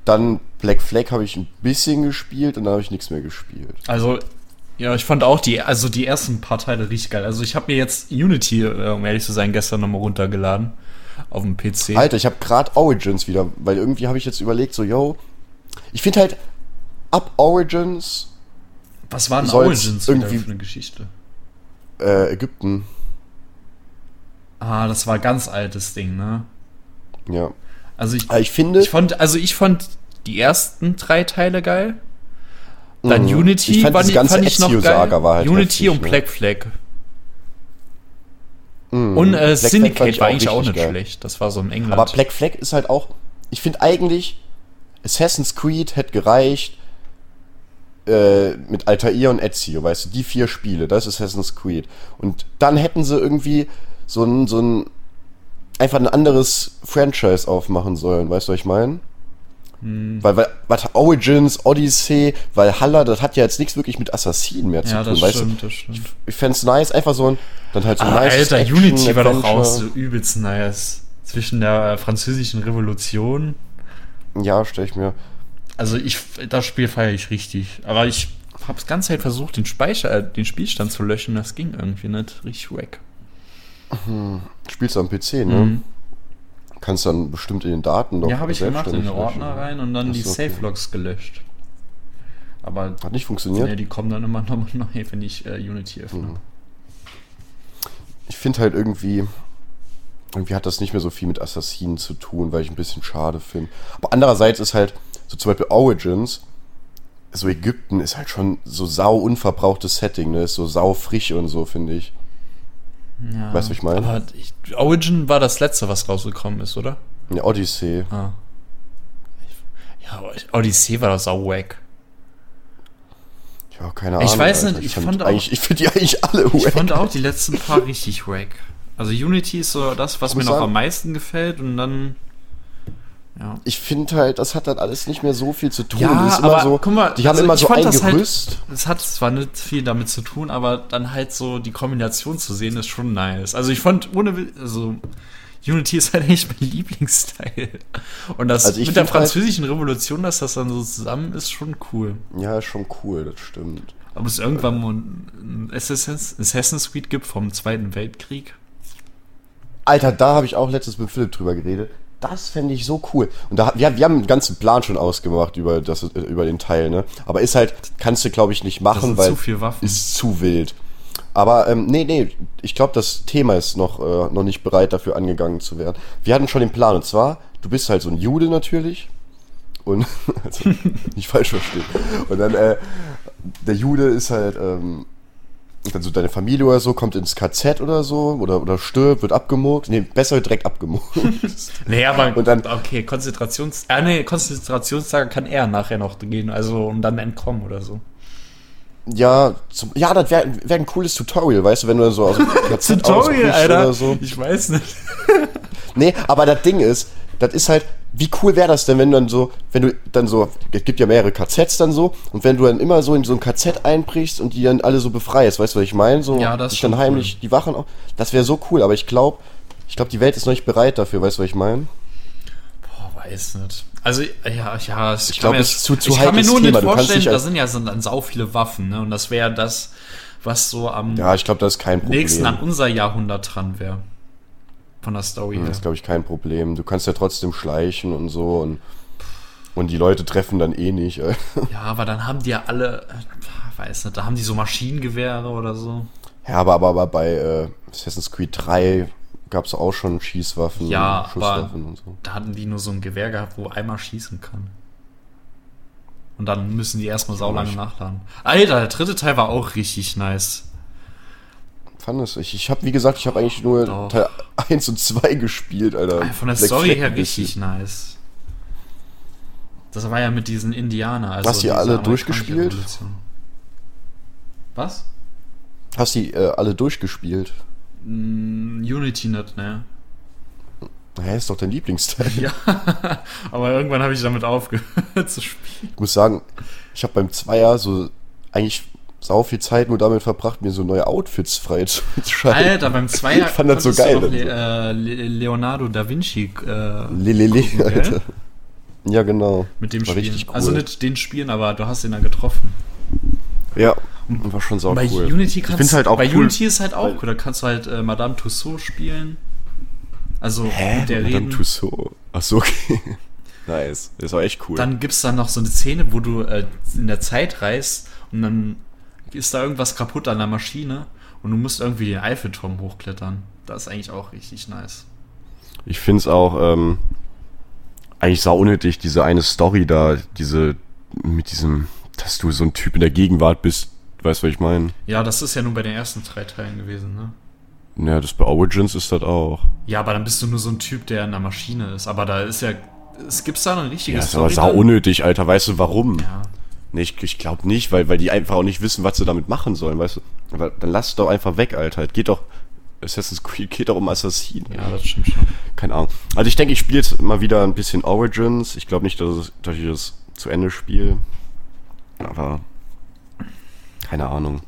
S2: Dann Black Flag habe ich ein bisschen gespielt und dann habe ich nichts mehr gespielt.
S3: Also, ja, ich fand auch die, also die ersten paar Teile richtig geil. Also, ich habe mir jetzt Unity, äh, um ehrlich zu sein, gestern nochmal runtergeladen. Auf dem PC.
S2: Alter, ich habe gerade Origins wieder, weil irgendwie habe ich jetzt überlegt, so, yo, ich finde halt, ab Origins
S3: Was war denn
S2: soll's
S3: Origins wieder
S2: irgendwie-
S3: für eine Geschichte?
S2: äh, Ägypten,
S3: Ah, das war ganz altes Ding, ne?
S2: ja.
S3: Also ich,
S2: Aber ich finde,
S3: ich fand, also ich fand die ersten drei Teile geil. Dann
S2: Mhm.
S3: Unity
S2: Ich fand diese ganze Ezio-Saga war halt
S3: Unity
S2: heftig,
S3: und
S2: ne?
S3: Black Flag. Und äh,
S2: Mhm. Flag
S3: Syndicate
S2: fand ich
S3: war
S2: auch
S3: eigentlich auch
S2: richtig
S3: nicht
S2: geil.
S3: schlecht. Das war so in England.
S2: Aber Black Flag ist halt auch. Ich finde eigentlich, Assassin's Creed hätte gereicht äh, mit Altair und Ezio, weißt du, die vier Spiele, das ist Assassin's Creed. Und dann hätten sie irgendwie so ein, so ein einfach ein anderes Franchise aufmachen sollen, weißt du, was ich meine?
S3: Hm.
S2: Weil, weil was Origins, Odyssey, Valhalla, das hat ja jetzt nichts wirklich mit Assassinen mehr zu
S3: ja,
S2: tun,
S3: das
S2: weißt
S3: stimmt,
S2: du?
S3: das stimmt.
S2: Ich fände es nice, einfach so ein, dann halt so ein
S3: Ah,
S2: nice
S3: Alter, Unity war doch
S2: Action-Adventure.
S3: raus, so übelst nice. Zwischen der äh, französischen Revolution.
S2: Ja, stell ich mir.
S3: Also ich, das Spiel feiere ich richtig. Aber ich hab's ganze Zeit versucht, den Speicher, äh, den Spielstand zu löschen. Das ging irgendwie nicht. Richtig wack.
S2: Spielst du am PC, ne? Kannst dann bestimmt in den Daten doch.
S3: Mhm. Ja, habe ich gemacht, in den
S2: selbstständig löschen.
S3: Ordner rein und dann
S2: Ach
S3: die
S2: so, okay.
S3: Safe-Logs gelöscht. Aber
S2: Hat nicht funktioniert.
S3: ne, die kommen dann immer nochmal neu, wenn ich äh, Unity öffne.
S2: Ich finde halt irgendwie, irgendwie hat das nicht mehr so viel mit Assassinen zu tun, weil ich ein bisschen schade finde. Aber andererseits ist halt, so zum Beispiel Origins, so Ägypten ist halt schon so sau unverbrauchtes Setting, ne? Ist so sau frisch und so, finde ich.
S3: Ja.
S2: Mhm. Weißt du, was ich meine?
S3: Aber ich, Origin war das letzte, was rausgekommen ist, oder?
S2: Ja, Odyssey.
S3: Ah. Ich- Ja, aber Odyssey war doch sau wack.
S2: Ja, keine
S3: Ich
S2: Ahnung.
S3: weiß
S2: Alter.
S3: nicht, ich
S2: fand
S3: fand auch-
S2: eigentlich, Ich finde die eigentlich alle
S3: Ich
S2: wack.
S3: fand auch die letzten paar richtig wack. Also Unity ist so das, was
S2: Ich
S3: mir
S2: muss
S3: noch
S2: sagen-
S3: am meisten gefällt und dann. Ja.
S2: ich finde halt, das hat dann alles nicht mehr so viel zu tun.
S3: Ja,
S2: das ist immer
S3: aber
S2: so,
S3: guck mal,
S2: die haben
S3: also
S2: immer
S3: ich
S2: so
S3: fand
S2: ein
S3: das halt-
S2: Gerüst.
S3: Es hat zwar nicht viel damit zu tun, aber dann halt so die Kombination zu sehen, ist schon nice. Also ich fand ohne Witz- also Unity ist halt echt mein Lieblingsteil. Und das
S2: Also ich
S3: mit der
S2: find halt-
S3: französischen Revolution, dass das dann so zusammen ist, schon cool.
S2: Ja, ist schon cool, das stimmt.
S3: Ob es irgendwann mal ein Assassin's, Assassin's Creed gibt vom Zweiten Weltkrieg.
S2: Alter, da habe ich auch letztens mit Philipp drüber geredet. Das fände ich so cool. Und da, wir, wir haben einen ganzen Plan schon ausgemacht über, das, äh, über den Teil, ne? Aber ist halt, kannst du, glaube ich, nicht
S3: Das
S2: machen,
S3: sind
S2: weil
S3: zu viel Waffen.
S2: ist zu wild. Aber ähm, nee, nee, ich glaube, das Thema ist noch, äh, noch nicht bereit dafür angegangen zu werden. Wir hatten schon den Plan, und zwar, du bist halt so ein Jude natürlich. Und, also, nicht falsch verstehen. Und dann, äh, der Jude ist halt, ähm, dann so deine Familie oder so, kommt ins KZ oder so, oder, oder stirbt, wird abgemurkt. Nee, besser direkt abgemurkt.
S3: Nee, aber
S2: Und dann-
S3: okay, Konzentrations ah, nee, Konzentrationslager kann er nachher noch gehen, also um dann entkommen oder so.
S2: ja, zum, ja, das wäre wär ein cooles Tutorial, weißt du, wenn du dann so aus dem KZ ausbrichst oder so.
S3: Ich weiß nicht.
S2: Nee, aber das Ding ist, das ist halt, wie cool wäre das denn, wenn du dann so, wenn du dann so, es gibt ja mehrere KZs dann so, und wenn du dann immer so in so ein KZ einbrichst und die dann alle so befreist, weißt du, was ich meine? So,
S3: Ja, das ist
S2: dich dann
S3: schon
S2: heimlich die Wachen auch. Das wäre so cool, aber ich glaube, ich glaube, die Welt ist noch nicht bereit dafür, weißt du, was ich meine?
S3: Boah, weiß weiß nicht. Also, ja, ja es- ich,
S2: glaub,
S3: kann mir
S2: es
S3: jetzt-
S2: ist zu- zu
S3: Ich kann mir
S2: heikles
S3: nur
S2: Thema. Du
S3: nicht
S2: kannst
S3: vorstellen,
S2: nicht
S3: da
S2: als-
S3: sind ja so, dann sau viele Waffen, ne? Und das wäre das, was so am
S2: Ja, ich glaube, das ist kein Problem.
S3: nächsten an unser Jahrhundert dran wäre. Von der Story
S2: Das
S3: her.
S2: ist, glaube ich, kein Problem. Du kannst ja trotzdem schleichen und so und, und die Leute treffen dann eh nicht. äh.
S3: Ja, aber dann haben die ja alle, äh, weiß nicht, da haben die so Maschinengewehre oder so.
S2: Ja, aber, aber, aber bei äh, Assassin's Creed 3 gab es auch schon Schießwaffen,
S3: Ja,
S2: und
S3: aber-
S2: Schusswaffen und so.
S3: Da hatten die nur so ein Gewehr gehabt, wo einmal schießen kann. Und dann müssen die erstmal saulange
S2: ich-
S3: nachladen. Alter, der dritte Teil war auch richtig nice.
S2: Fand es. Ich, ich habe, wie gesagt, ich habe eigentlich nur
S3: Doch.
S2: Teil 1 und 2 gespielt, Alter.
S3: Von der
S2: Black
S3: Story
S2: Flag
S3: her
S2: ein bisschen.
S3: richtig nice. Das war ja mit diesen Indianer. Also
S2: Was, die
S3: diese
S2: alle
S3: amerikanische
S2: durchgespielt?
S3: Revolution. Was?
S2: Hast die äh, alle durchgespielt?
S3: Mm, Unity nicht, ne?
S2: Hä, ist doch dein Lieblingsteil.
S3: Ja, aber irgendwann habe ich damit aufgehört zu spielen.
S2: Ich muss sagen, ich habe beim Zweier so eigentlich sau viel Zeit nur damit verbracht, mir so neue Outfits freizuschalten.
S3: Alter, beim Zweier
S2: Ich fand das so
S3: konntest
S2: geil.
S3: du doch Le äh, Le Leonardo da Vinci äh,
S2: Lelele,
S3: gucken, gell?
S2: Alter. Ja, genau.
S3: mit dem
S2: War
S3: Spielen.
S2: richtig cool.
S3: Also nicht den Spielen, aber du hast ihn dann getroffen.
S2: Ja, war schon sau
S3: Bei
S2: cool.
S3: Unity
S2: ich
S3: kannst
S2: find's halt auch
S3: bei
S2: cool.
S3: Unity ist halt auch cool. Da kannst du halt äh, Madame Tussaud spielen. Also
S2: Hä?
S3: mit der
S2: Madame
S3: reden.
S2: Tussaud. Achso, okay. nice. Das war echt cool.
S3: Dann gibt's da noch so eine Szene, wo du äh, in der Zeit reist und dann ist da irgendwas kaputt an der Maschine und du musst irgendwie den Eiffelturm hochklettern. Das ist eigentlich auch richtig nice.
S2: ich find's auch ähm, eigentlich sau unnötig, diese eine Story da, diese mit diesem, dass du so ein Typ in der Gegenwart bist. Weißt du, was ich meine?
S3: Ja, das ist ja nur bei den ersten drei Teilen gewesen, ne?
S2: Ja, das bei Origins ist das auch.
S3: Ja, aber dann bist du nur so ein Typ, der in der Maschine ist. Aber da ist ja. Es gibt's da eine richtige
S2: Ja, ist aber sau
S3: dann?
S2: unnötig, Alter. Weißt du warum?
S3: Ja.
S2: Nee, ich, ich glaube nicht, weil, weil die einfach auch nicht wissen, was sie damit machen sollen, weißt du? Aber dann lass es doch einfach weg, Alter. Es Geht doch. Assassin's Creed geht doch um Assassinen.
S3: ja, das stimmt schon.
S2: Keine Ahnung. Also ich denke, ich spiele jetzt mal wieder ein bisschen Origins. Ich glaube nicht, dass, es, dass ich das zu Ende spiele. Aber. Keine Ahnung.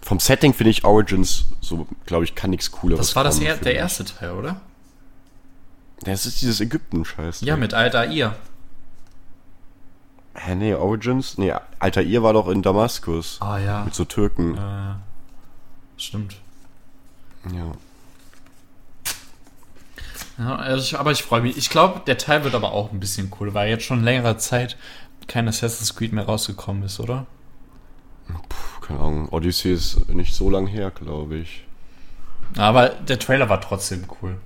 S2: Vom Setting finde ich Origins so, glaube ich, kann nichts cooleres.
S3: Das war das
S2: kommen
S3: er,
S2: für
S3: der
S2: mich.
S3: erste Teil, oder?
S2: Das ist dieses Ägypten-Scheiß. ne?
S3: Ja, mit Alter ihr.
S2: Hä, nee, Origins? Nee, Alter, ihr war doch in Damaskus.
S3: Ah ja.
S2: Mit so Türken.
S3: Äh, stimmt.
S2: ja.
S3: Ja, also ich, aber ich freue mich. Ich glaube, der Teil wird aber auch ein bisschen cool, weil jetzt schon längere Zeit kein Assassin's Creed mehr rausgekommen ist, oder?
S2: Keine Ahnung, Odyssey ist nicht so lang her, glaube ich.
S3: Aber der Trailer war trotzdem cool.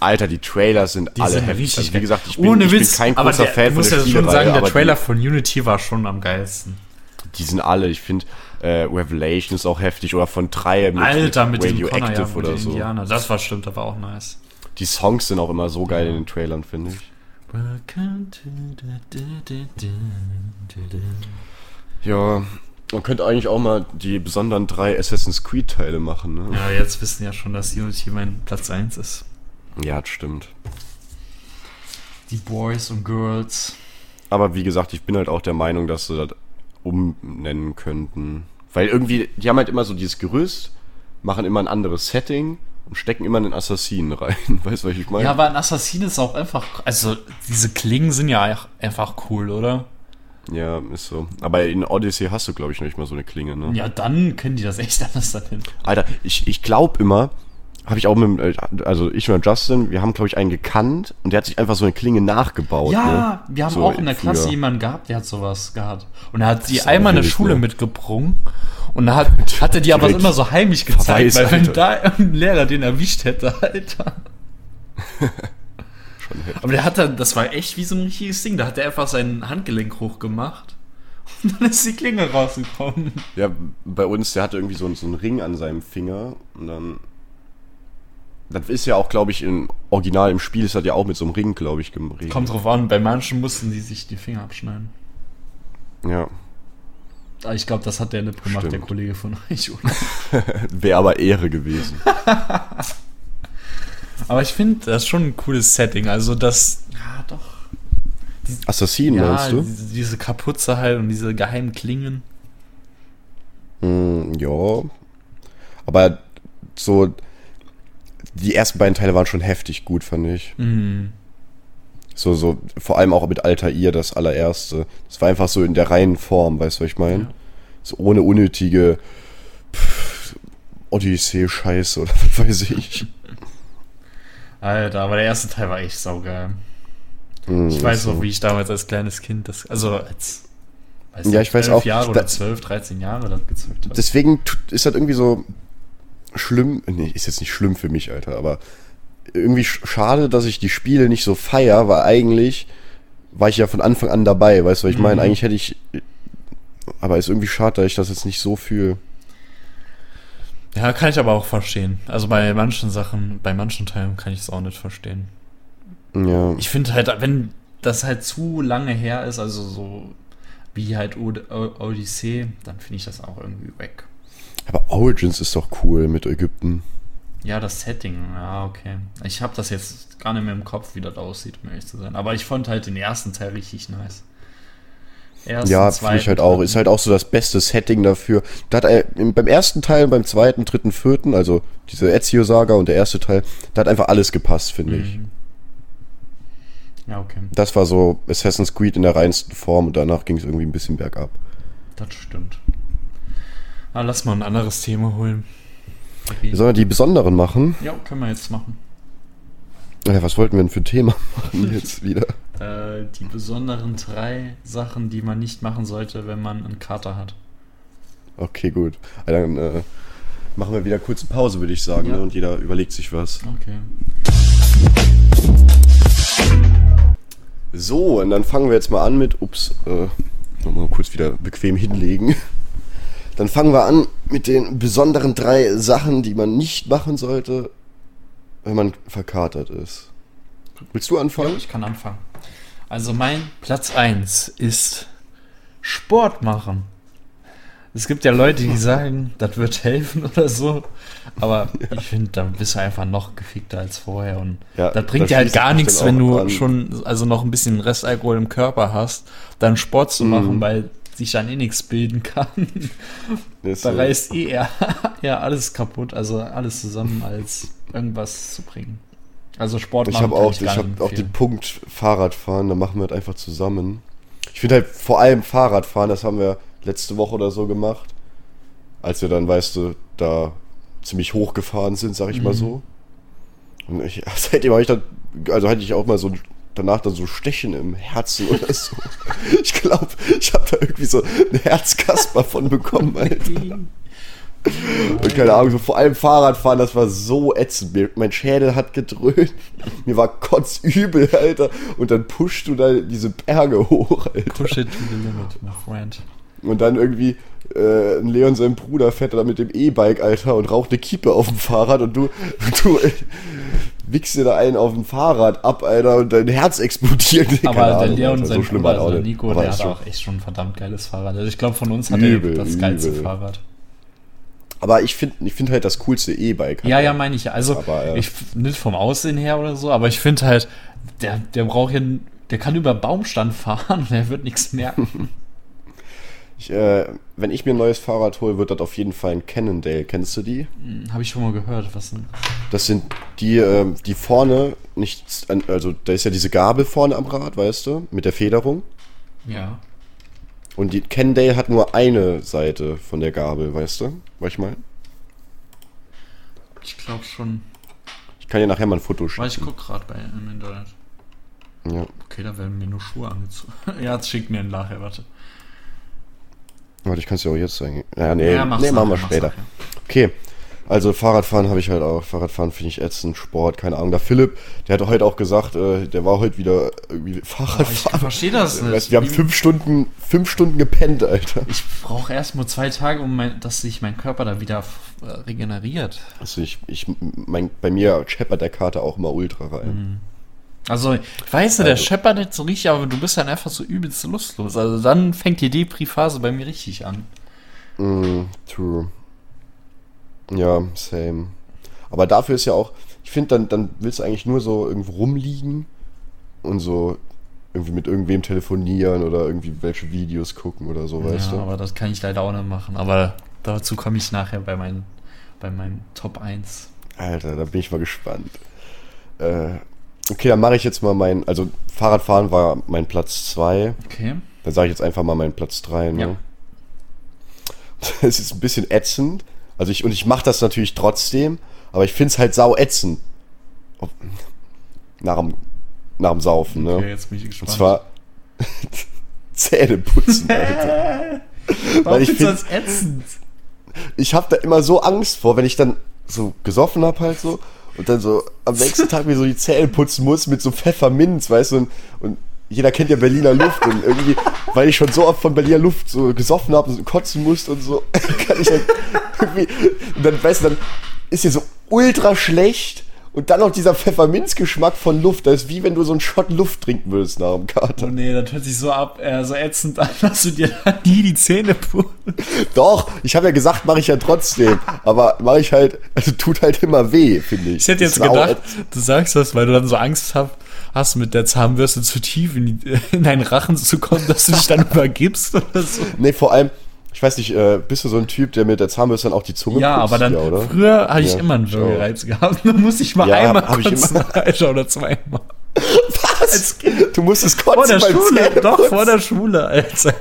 S2: Alter, die Trailer sind alle
S3: sind
S2: heftig. Also, wie
S3: geil.
S2: gesagt, ich bin,
S3: Ohne
S2: ich
S3: Witz,
S2: bin kein
S3: aber
S2: großer
S3: der,
S2: Fan
S3: du
S2: von
S3: musst
S2: der
S3: ja schon
S2: Spielereihe,
S3: sagen, der
S2: aber
S3: Trailer von Unity war schon am geilsten.
S2: Die, die sind alle. Ich finde, äh, Revelation ist auch heftig oder von 3 mit,
S3: Alter, mit diesem Connor, ja,
S2: Radioactive
S3: mit
S2: oder
S3: den
S2: so.
S3: Indianer. Das war stimmt, das war auch nice.
S2: Die Songs sind auch immer so geil in den Trailern, finde ich.
S3: Welcome to the- du- du- du- du- du.
S2: Ja, man könnte eigentlich auch mal die besonderen drei Assassin's Creed-Teile machen, ne?
S3: Ja, jetzt wissen ja schon, dass Unity mein Platz 1 ist.
S2: Ja, das stimmt.
S3: Die Boys und Girls.
S2: Aber wie gesagt, ich bin halt auch der Meinung, dass sie das umnennen könnten. Weil irgendwie, die haben halt immer so dieses Gerüst, machen immer ein anderes Setting und stecken immer einen Assassinen rein. Weißt du, was ich meine?
S3: Ja, aber ein Assassin ist auch einfach. Also, diese Klingen sind ja auch einfach cool, oder?
S2: ja, ist so. Aber in Odyssey hast du, glaube ich, noch nicht mal so eine Klinge, ne?
S3: Ja, dann können die das echt anders dahin.
S2: Alter, ich, ich glaube immer, habe ich auch mit, dem- also ich und Justin, wir haben, glaube ich, einen gekannt und der hat sich einfach so eine Klinge nachgebaut.
S3: Ja,
S2: ne?
S3: wir haben
S2: So
S3: auch in der
S2: früher.
S3: Klasse jemanden gehabt, der hat sowas gehabt. Und er hat sie
S2: ist
S3: einmal in der
S2: wild,
S3: Schule
S2: ne?
S3: mitgebrungen. Und da hat, hat er die aber
S2: Direkt
S3: immer so heimlich gezeigt,
S2: verweist,
S3: weil wenn
S2: Alter.
S3: da ein Lehrer den erwischt hätte, Alter.
S2: Schon heftig.
S3: Aber der hat dann, das war echt wie so ein richtiges Ding, da hat er einfach sein Handgelenk hochgemacht und dann ist die Klinge rausgekommen.
S2: Ja, bei uns, der hatte irgendwie so, einen- so einen Ring an seinem Finger und dann. Das ist ja auch, glaube ich, im Original im Spiel ist das ja auch mit so einem Ring, glaube ich, geregelt.
S3: Kommt drauf an, bei manchen mussten die sich die Finger abschneiden.
S2: Ja.
S3: Aber ich glaube, das hat der nicht gemacht, der
S2: Stimmt.
S3: Kollege von euch. oder?
S2: Wäre aber Ehre gewesen.
S3: Aber ich finde, das ist schon ein cooles Setting. Also das. Ja, doch.
S2: Assassinen,
S3: Ja,
S2: meinst du?
S3: diese, diese Kapuze halt und diese geheimen Klingen.
S2: Hm, ja. Aber so. Die ersten beiden Teile waren schon heftig gut, fand ich. So, so, vor allem auch mit Alter ihr das allererste. Das war einfach so in der reinen Form, weißt du, was ich meine?
S3: Ja.
S2: So ohne unnötige pff, Odyssee-Scheiße oder was weiß ich.
S3: Alter, aber der erste Teil war echt saugeil.
S2: Mhm,
S3: Ich weiß noch, wie ich damals als kleines Kind das, also als weiß
S2: Ja, ich weiß auch,
S3: Jahre
S2: da-
S3: oder 12, 13 Jahre das gezockt habe.
S2: Deswegen tut- ist das irgendwie so schlimm. Nee, ist jetzt nicht schlimm für mich, Alter, aber irgendwie sch- schade, dass ich die Spiele nicht so feier, weil eigentlich war ich ja von Anfang an dabei, weißt du, was ich
S3: Mhm.
S2: meine? Eigentlich hätte ich. Aber ist irgendwie schade, dass ich das jetzt nicht so fühle.
S3: Ja, kann ich aber auch verstehen. Also bei manchen Sachen, bei manchen Teilen kann ich es auch nicht verstehen.
S2: Ja.
S3: Ich finde halt, wenn das halt zu lange her ist, also so wie halt Od- O- Odyssee, dann finde ich das auch irgendwie weg.
S2: Aber Origins ist doch cool mit Ägypten.
S3: Ja, das Setting, ja, okay. Ich habe das jetzt gar nicht mehr im Kopf, wie das aussieht, um ehrlich zu sein. Aber ich fand halt den ersten Teil richtig nice. Ersten,
S2: ja, finde ich
S3: zweiten,
S2: halt auch.
S3: dritten.
S2: Ist halt auch so das beste Setting dafür. Da hat er im- beim ersten Teil, und beim zweiten, dritten, vierten, also diese Ezio-Saga und der erste Teil, da hat einfach alles gepasst, finde ich.
S3: Mhm. Ja, okay,
S2: Das war so Assassin's Creed in der reinsten Form und danach ging es irgendwie ein bisschen bergab.
S3: das stimmt. Ah, lass mal ein anderes Thema holen. Okay.
S2: Sollen wir die besonderen machen?
S3: Ja, können wir jetzt machen.
S2: Ja, was wollten wir denn für ein Thema machen jetzt wieder?
S3: Äh, die besonderen drei Sachen, die man nicht machen sollte, wenn man einen Kater hat.
S2: Okay, gut. Ja, Dann äh, machen wir wieder kurze Pause, würde ich sagen.
S3: Ja.
S2: Ne? Und jeder überlegt sich was.
S3: Okay.
S2: So, und dann fangen wir jetzt mal an mit, ups, äh, nochmal kurz wieder bequem hinlegen. Dann fangen wir an mit den besonderen drei Sachen, die man nicht machen sollte, wenn man verkatert ist. Willst du
S3: Ja,
S2: anfangen?
S3: ich kann anfangen. Also mein Platz 1 ist Sport machen. Es gibt ja Leute, die sagen, das wird helfen oder so. Aber ich finde, dann bist du einfach noch gefickter als vorher. Und
S2: Ja,
S3: das
S2: da
S3: bringt dir halt
S2: schließe ich
S3: gar
S2: mich
S3: nichts,
S2: dann
S3: wenn
S2: auch
S3: du
S2: an.
S3: schon also noch ein bisschen Restalkohol im Körper hast, dann Sport zu
S2: Mhm.
S3: machen, weil sich dann eh nichts bilden kann.
S2: Ist,
S3: Da
S2: äh,
S3: reißt eh eher, eher alles kaputt, also alles zusammen, als irgendwas zu bringen. Also Sport
S2: Ich habe
S3: kann
S2: auch,
S3: gar
S2: ich hab
S3: nicht
S2: auch den
S3: empfehlen.
S2: Punkt Fahrradfahren, da machen wir halt einfach zusammen. Ich finde halt vor allem Fahrradfahren, das haben wir letzte Woche oder so gemacht, als wir dann, weißt du, da ziemlich hochgefahren sind, sag ich mal
S3: Mhm.
S2: so. Und ich, seitdem habe ich dann, also hatte ich auch mal so danach dann so Stechen im Herzen oder so. Ich glaube, ich habe da irgendwie so einen Herzkasper von bekommen, Alter. Und keine Ahnung, so vor allem Fahrradfahren, das war so ätzend. Mir- Mein Schädel hat gedröhnt. Mir war kotzübel, Alter. Und dann pushst du da diese Berge hoch, Alter.
S3: Push it to the limit, my friend.
S2: Und dann irgendwie äh, Leon, sein Bruder, fährt da mit dem E-Bike, Alter, und raucht eine Kippe auf dem Fahrrad. Und du, du äh, wickst dir da einen auf dem Fahrrad ab, Alter. Und dein Herz explodiert. Keine
S3: Aber der
S2: Ahnung,
S3: Leon,
S2: Alter,
S3: sein
S2: war
S3: Bruder,
S2: das
S3: also der
S2: nicht.
S3: Nico,
S2: Aber
S3: der
S2: ist
S3: hat
S2: schon-
S3: auch echt schon ein verdammt geiles Fahrrad. Also ich glaube, von uns hat
S2: Übel,
S3: er das geilste
S2: übel.
S3: Fahrrad.
S2: Aber ich finde ich find halt das coolste E-Bike.
S3: Ja, ja, meine ich ja. Also
S2: Aber, äh,
S3: ich nicht vom Aussehen her oder so, aber ich finde halt, der, der braucht ja, n- der kann über Baumstand fahren und er wird nichts merken.
S2: Ich, äh, wenn ich mir ein neues Fahrrad hole, wird das auf jeden Fall ein Cannondale. Kennst du die?
S3: Habe ich schon mal gehört. Was denn?
S2: Das sind die, ähm, die vorne nicht, also da ist ja diese Gabel vorne am Rad, weißt du, mit der Federung.
S3: Ja.
S2: Und die Cannondale hat nur eine Seite von der Gabel, weißt du, was ich meine?
S3: Ich glaube schon.
S2: Ich kann dir nachher mal ein Foto schicken.
S3: Weil ich guck gerade bei im Internet.
S2: Ja.
S3: Okay, da werden mir nur Schuhe angezogen. ja, jetzt schickt mir einen nachher, warte.
S2: Warte, ich kann es dir auch jetzt sagen. Ja, nee,
S3: ja, mach's
S2: nee machen wir
S3: nachher, mach's
S2: später.
S3: nachher.
S2: Okay. Also Fahrradfahren habe ich halt auch. Fahrradfahren finde ich ätzend, Sport, keine Ahnung. Der Philipp, der hat heute auch gesagt, äh, der war heute wieder irgendwie
S3: Oh, Ich
S2: Fahrradfahren.
S3: verstehe das nicht.
S2: Weißt, du, wir haben
S3: Wie-
S2: fünf Stunden, fünf Stunden gepennt, Alter.
S3: Ich brauche erstmal zwei Tage, um mein, dass sich mein Körper da wieder äh, regeneriert.
S2: Also ich, ich, mein, bei mir scheppert der Kater auch immer ultra rein.
S3: Also, ich weiß nicht, der scheppert nicht so richtig, aber du bist dann einfach so übelst lustlos. Also, dann fängt die Depri-Phase bei mir richtig an.
S2: True. Ja, same. Aber dafür ist ja auch, ich finde, dann, dann willst du eigentlich nur so irgendwo rumliegen und so irgendwie mit irgendwem telefonieren oder irgendwie welche Videos gucken oder so, weißt
S3: ja,
S2: du?
S3: aber das kann ich leider auch nicht machen. Aber dazu komme ich nachher bei, meinen, bei meinem Top 1.
S2: Alter, da bin ich mal gespannt. Äh, Okay, dann mache ich jetzt mal mein. Also, Fahrradfahren war mein Platz 2.
S3: Okay.
S2: Dann sage ich jetzt einfach mal meinen Platz 3. Ne?
S3: Ja.
S2: Es ist ein bisschen ätzend. Also ich, und ich mache das natürlich trotzdem, aber ich finde es halt sau ätzend. Ob- Nach dem, nach dem Saufen, ne?
S3: Okay, jetzt bin ich
S2: und
S3: gespannt.
S2: zwar Zähne putzen, Alter.
S3: Äh! Warum
S2: weil ich
S3: findest du das ätzend?
S2: Ich habe da immer so Angst vor, wenn ich dann so gesoffen hab halt so und dann so am nächsten Tag mir so die Zähne putzen muss mit so Pfefferminz, weißt du, und, und jeder kennt ja Berliner Luft und irgendwie, weil ich schon so oft von Berliner Luft so gesoffen habe und so kotzen musste und so, kann ich halt irgendwie, und dann, weißt du, dann ist hier so ultra schlecht und dann noch dieser Pfefferminzgeschmack von Luft, das ist wie wenn du so einen Shot Luft trinken würdest nach dem
S3: Oh
S2: Kater.
S3: nee, das hört sich so ab, äh, so ätzend an, dass du dir da nie die Zähne putzt.
S2: Doch, ich habe ja gesagt, mache ich ja trotzdem, aber mache ich halt, also tut halt immer weh, finde ich.
S3: Ich hätte jetzt
S2: Sau-
S3: gedacht, du sagst das, weil du dann so Angst hab, hast, mit der Zahnbürste zu tief in, die, in deinen Rachen zu kommen, dass du dich dann übergibst oder so.
S2: Nee, vor allem, ich weiß nicht, äh, bist du so ein Typ, der mit der Zahnbürste dann auch die Zunge
S3: Ja, aber dann,
S2: Ja, oder?
S3: früher hatte ich
S2: Ja,
S3: immer einen
S2: schau.
S3: Würgereiz gehabt. Dann musste ich mal
S2: Ja,
S3: einmal
S2: hab ich
S3: kotzen,
S2: immer.
S3: Alter, oder zweimal.
S2: Was? Du musstest
S3: Vor
S2: kotzen
S3: der
S2: beim
S3: Schule,
S2: Zähneputzen.
S3: doch, vor der Schule, Alter.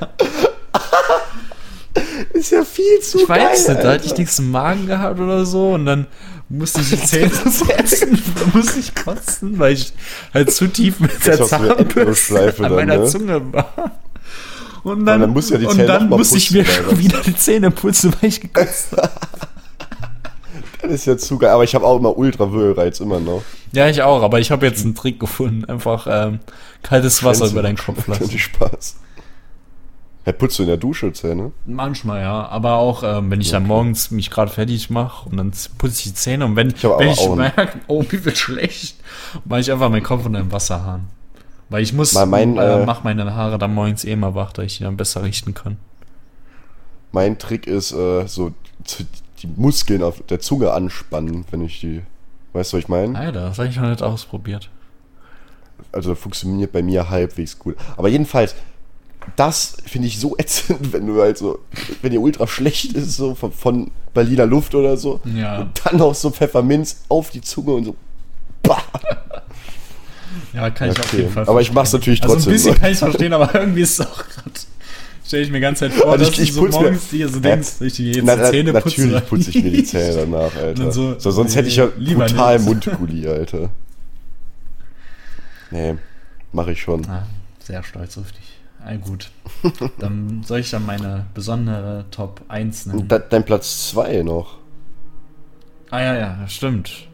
S2: Ist ja viel zu
S3: Ich weiß
S2: geil,
S3: nicht, da hatte ich nichts im Magen gehabt oder so und dann musste ich die Zähne putzen, dann musste ich kotzen, weil ich halt zu tief mit der
S2: hast du eine
S3: Zahnbürste
S2: Endlosschleife
S3: an
S2: dann,
S3: meiner
S2: ne?
S3: Zunge war. Und dann,
S2: Ja, dann musst du ja die
S3: und
S2: Zähne
S3: dann
S2: noch mal
S3: musste ich
S2: putzen,
S3: mir
S2: Alter.
S3: schon wieder die Zähne putzen, weil ich gekotzt habe.
S2: Das ist ja zu geil, aber ich habe auch immer ultra Würgereiz, immer noch.
S3: Ja, ich auch, aber ich habe jetzt einen Trick gefunden. Einfach ähm, kaltes Wasser über deinen Kopf lassen.
S2: Natürlich Spaß. Hä, putzt du in der Dusche Zähne?
S3: Manchmal ja, aber auch ähm, wenn ich dann morgens mich gerade fertig mache und dann z- putze ich die Zähne und wenn ich,
S2: hab
S3: wenn
S2: aber
S3: ich
S2: auch einen.
S3: merke, oh, wie wird schlecht, mache ich einfach meinen Kopf unter den Wasserhahn. Weil ich muss,
S2: Mal mein,
S3: äh,
S2: äh,
S3: mach meine Haare dann morgens eh mal wach, dass ich die dann besser richten kann.
S2: Mein Trick ist, äh, so zu, die Muskeln auf der Zunge anspannen, wenn ich die. Weißt du, was ich meine?
S3: Alter, das habe ich noch nicht ausprobiert.
S2: also funktioniert bei mir halbwegs gut. Aber jedenfalls, das finde ich so ätzend, wenn du halt so, wenn dir ultra schlecht ist, so von, von Berliner Luft oder so.
S3: Ja.
S2: Und dann noch so Pfefferminz auf die Zunge und so. Bah!
S3: Ja, kann ich auf
S2: Okay.
S3: jeden Fall
S2: Aber ich mach's natürlich
S3: also
S2: trotzdem.
S3: ein bisschen kann ich verstehen, aber irgendwie ist es auch gerade... Stelle ich mir ganz Zeit vor,
S2: Also
S3: dass
S2: ich- ich
S3: du so
S2: putz mir-
S3: morgens dir so
S2: Ja.
S3: denkst, ich die jetzt
S2: Na,
S3: die
S2: na,
S3: Zähne putze.
S2: natürlich
S3: oder
S2: putze ich mir die
S3: nicht?
S2: Zähne danach,
S3: dann
S2: Alter.
S3: so,
S2: So, sonst hätte ich ja
S3: nee, lieber
S2: brutal
S3: nicht.
S2: Mundgulli, Alter. Nee, mache ich schon.
S3: Ah, sehr stolz auf dich. Ah, gut. Dann soll ich dann meine besondere Top 1 nennen.
S2: Und da, dein Platz 2 noch.
S3: Ah ja, ja, stimmt.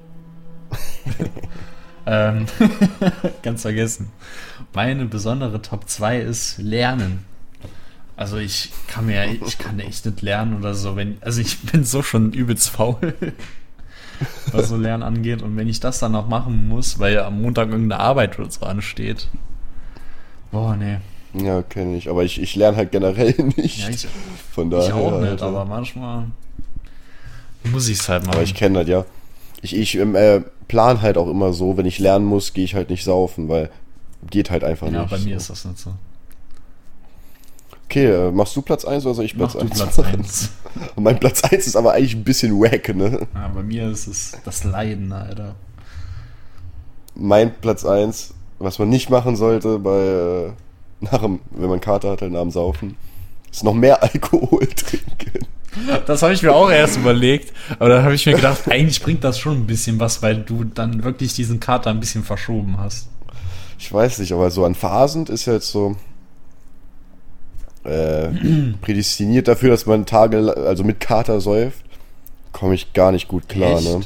S3: ähm, ganz vergessen. Meine besondere Top 2 ist Lernen. Also ich kann mir, ich kann echt nicht lernen oder so, wenn, also ich bin so schon übelst faul, was so Lernen angeht. Und wenn ich das dann noch machen muss, weil ja am Montag irgendeine Arbeit oder so ansteht. Boah, nee.
S2: Ja, kenne ich. Aber ich, ich lerne halt generell nicht.
S3: Ja, ich,
S2: Von daher.
S3: Ich auch nicht,
S2: Alter.
S3: aber manchmal muss ich es halt machen.
S2: also. Aber ich kenne das ja. Ich, ich ähm, äh, plan halt auch immer so, wenn ich lernen muss, gehe ich halt nicht saufen, weil geht halt einfach
S3: ja,
S2: nicht.
S3: bei mir ist das nicht so.
S2: Okay, äh, machst du Platz 1 oder soll ich
S3: Mach
S2: Platz
S3: du
S2: 1?
S3: Platz 1.
S2: mein Platz 1 ist aber eigentlich ein bisschen wack, ne?
S3: Ja, bei mir ist es das Leiden, Alter.
S2: Mein Platz 1, was man nicht machen sollte bei äh, nach dem, wenn man Kater hat, halt nach dem Saufen, ist noch mehr Alkohol trinken.
S3: Das habe ich mir auch erst überlegt, aber dann habe ich mir gedacht, eigentlich bringt das schon ein bisschen was, weil du dann wirklich diesen Kater ein bisschen verschoben hast.
S2: Ich weiß nicht, aber so an Phasen ist ja jetzt so äh, prädestiniert dafür, dass man Tage, la- also mit Kater säuft, komme ich gar nicht gut klar,
S3: Echt?
S2: ne?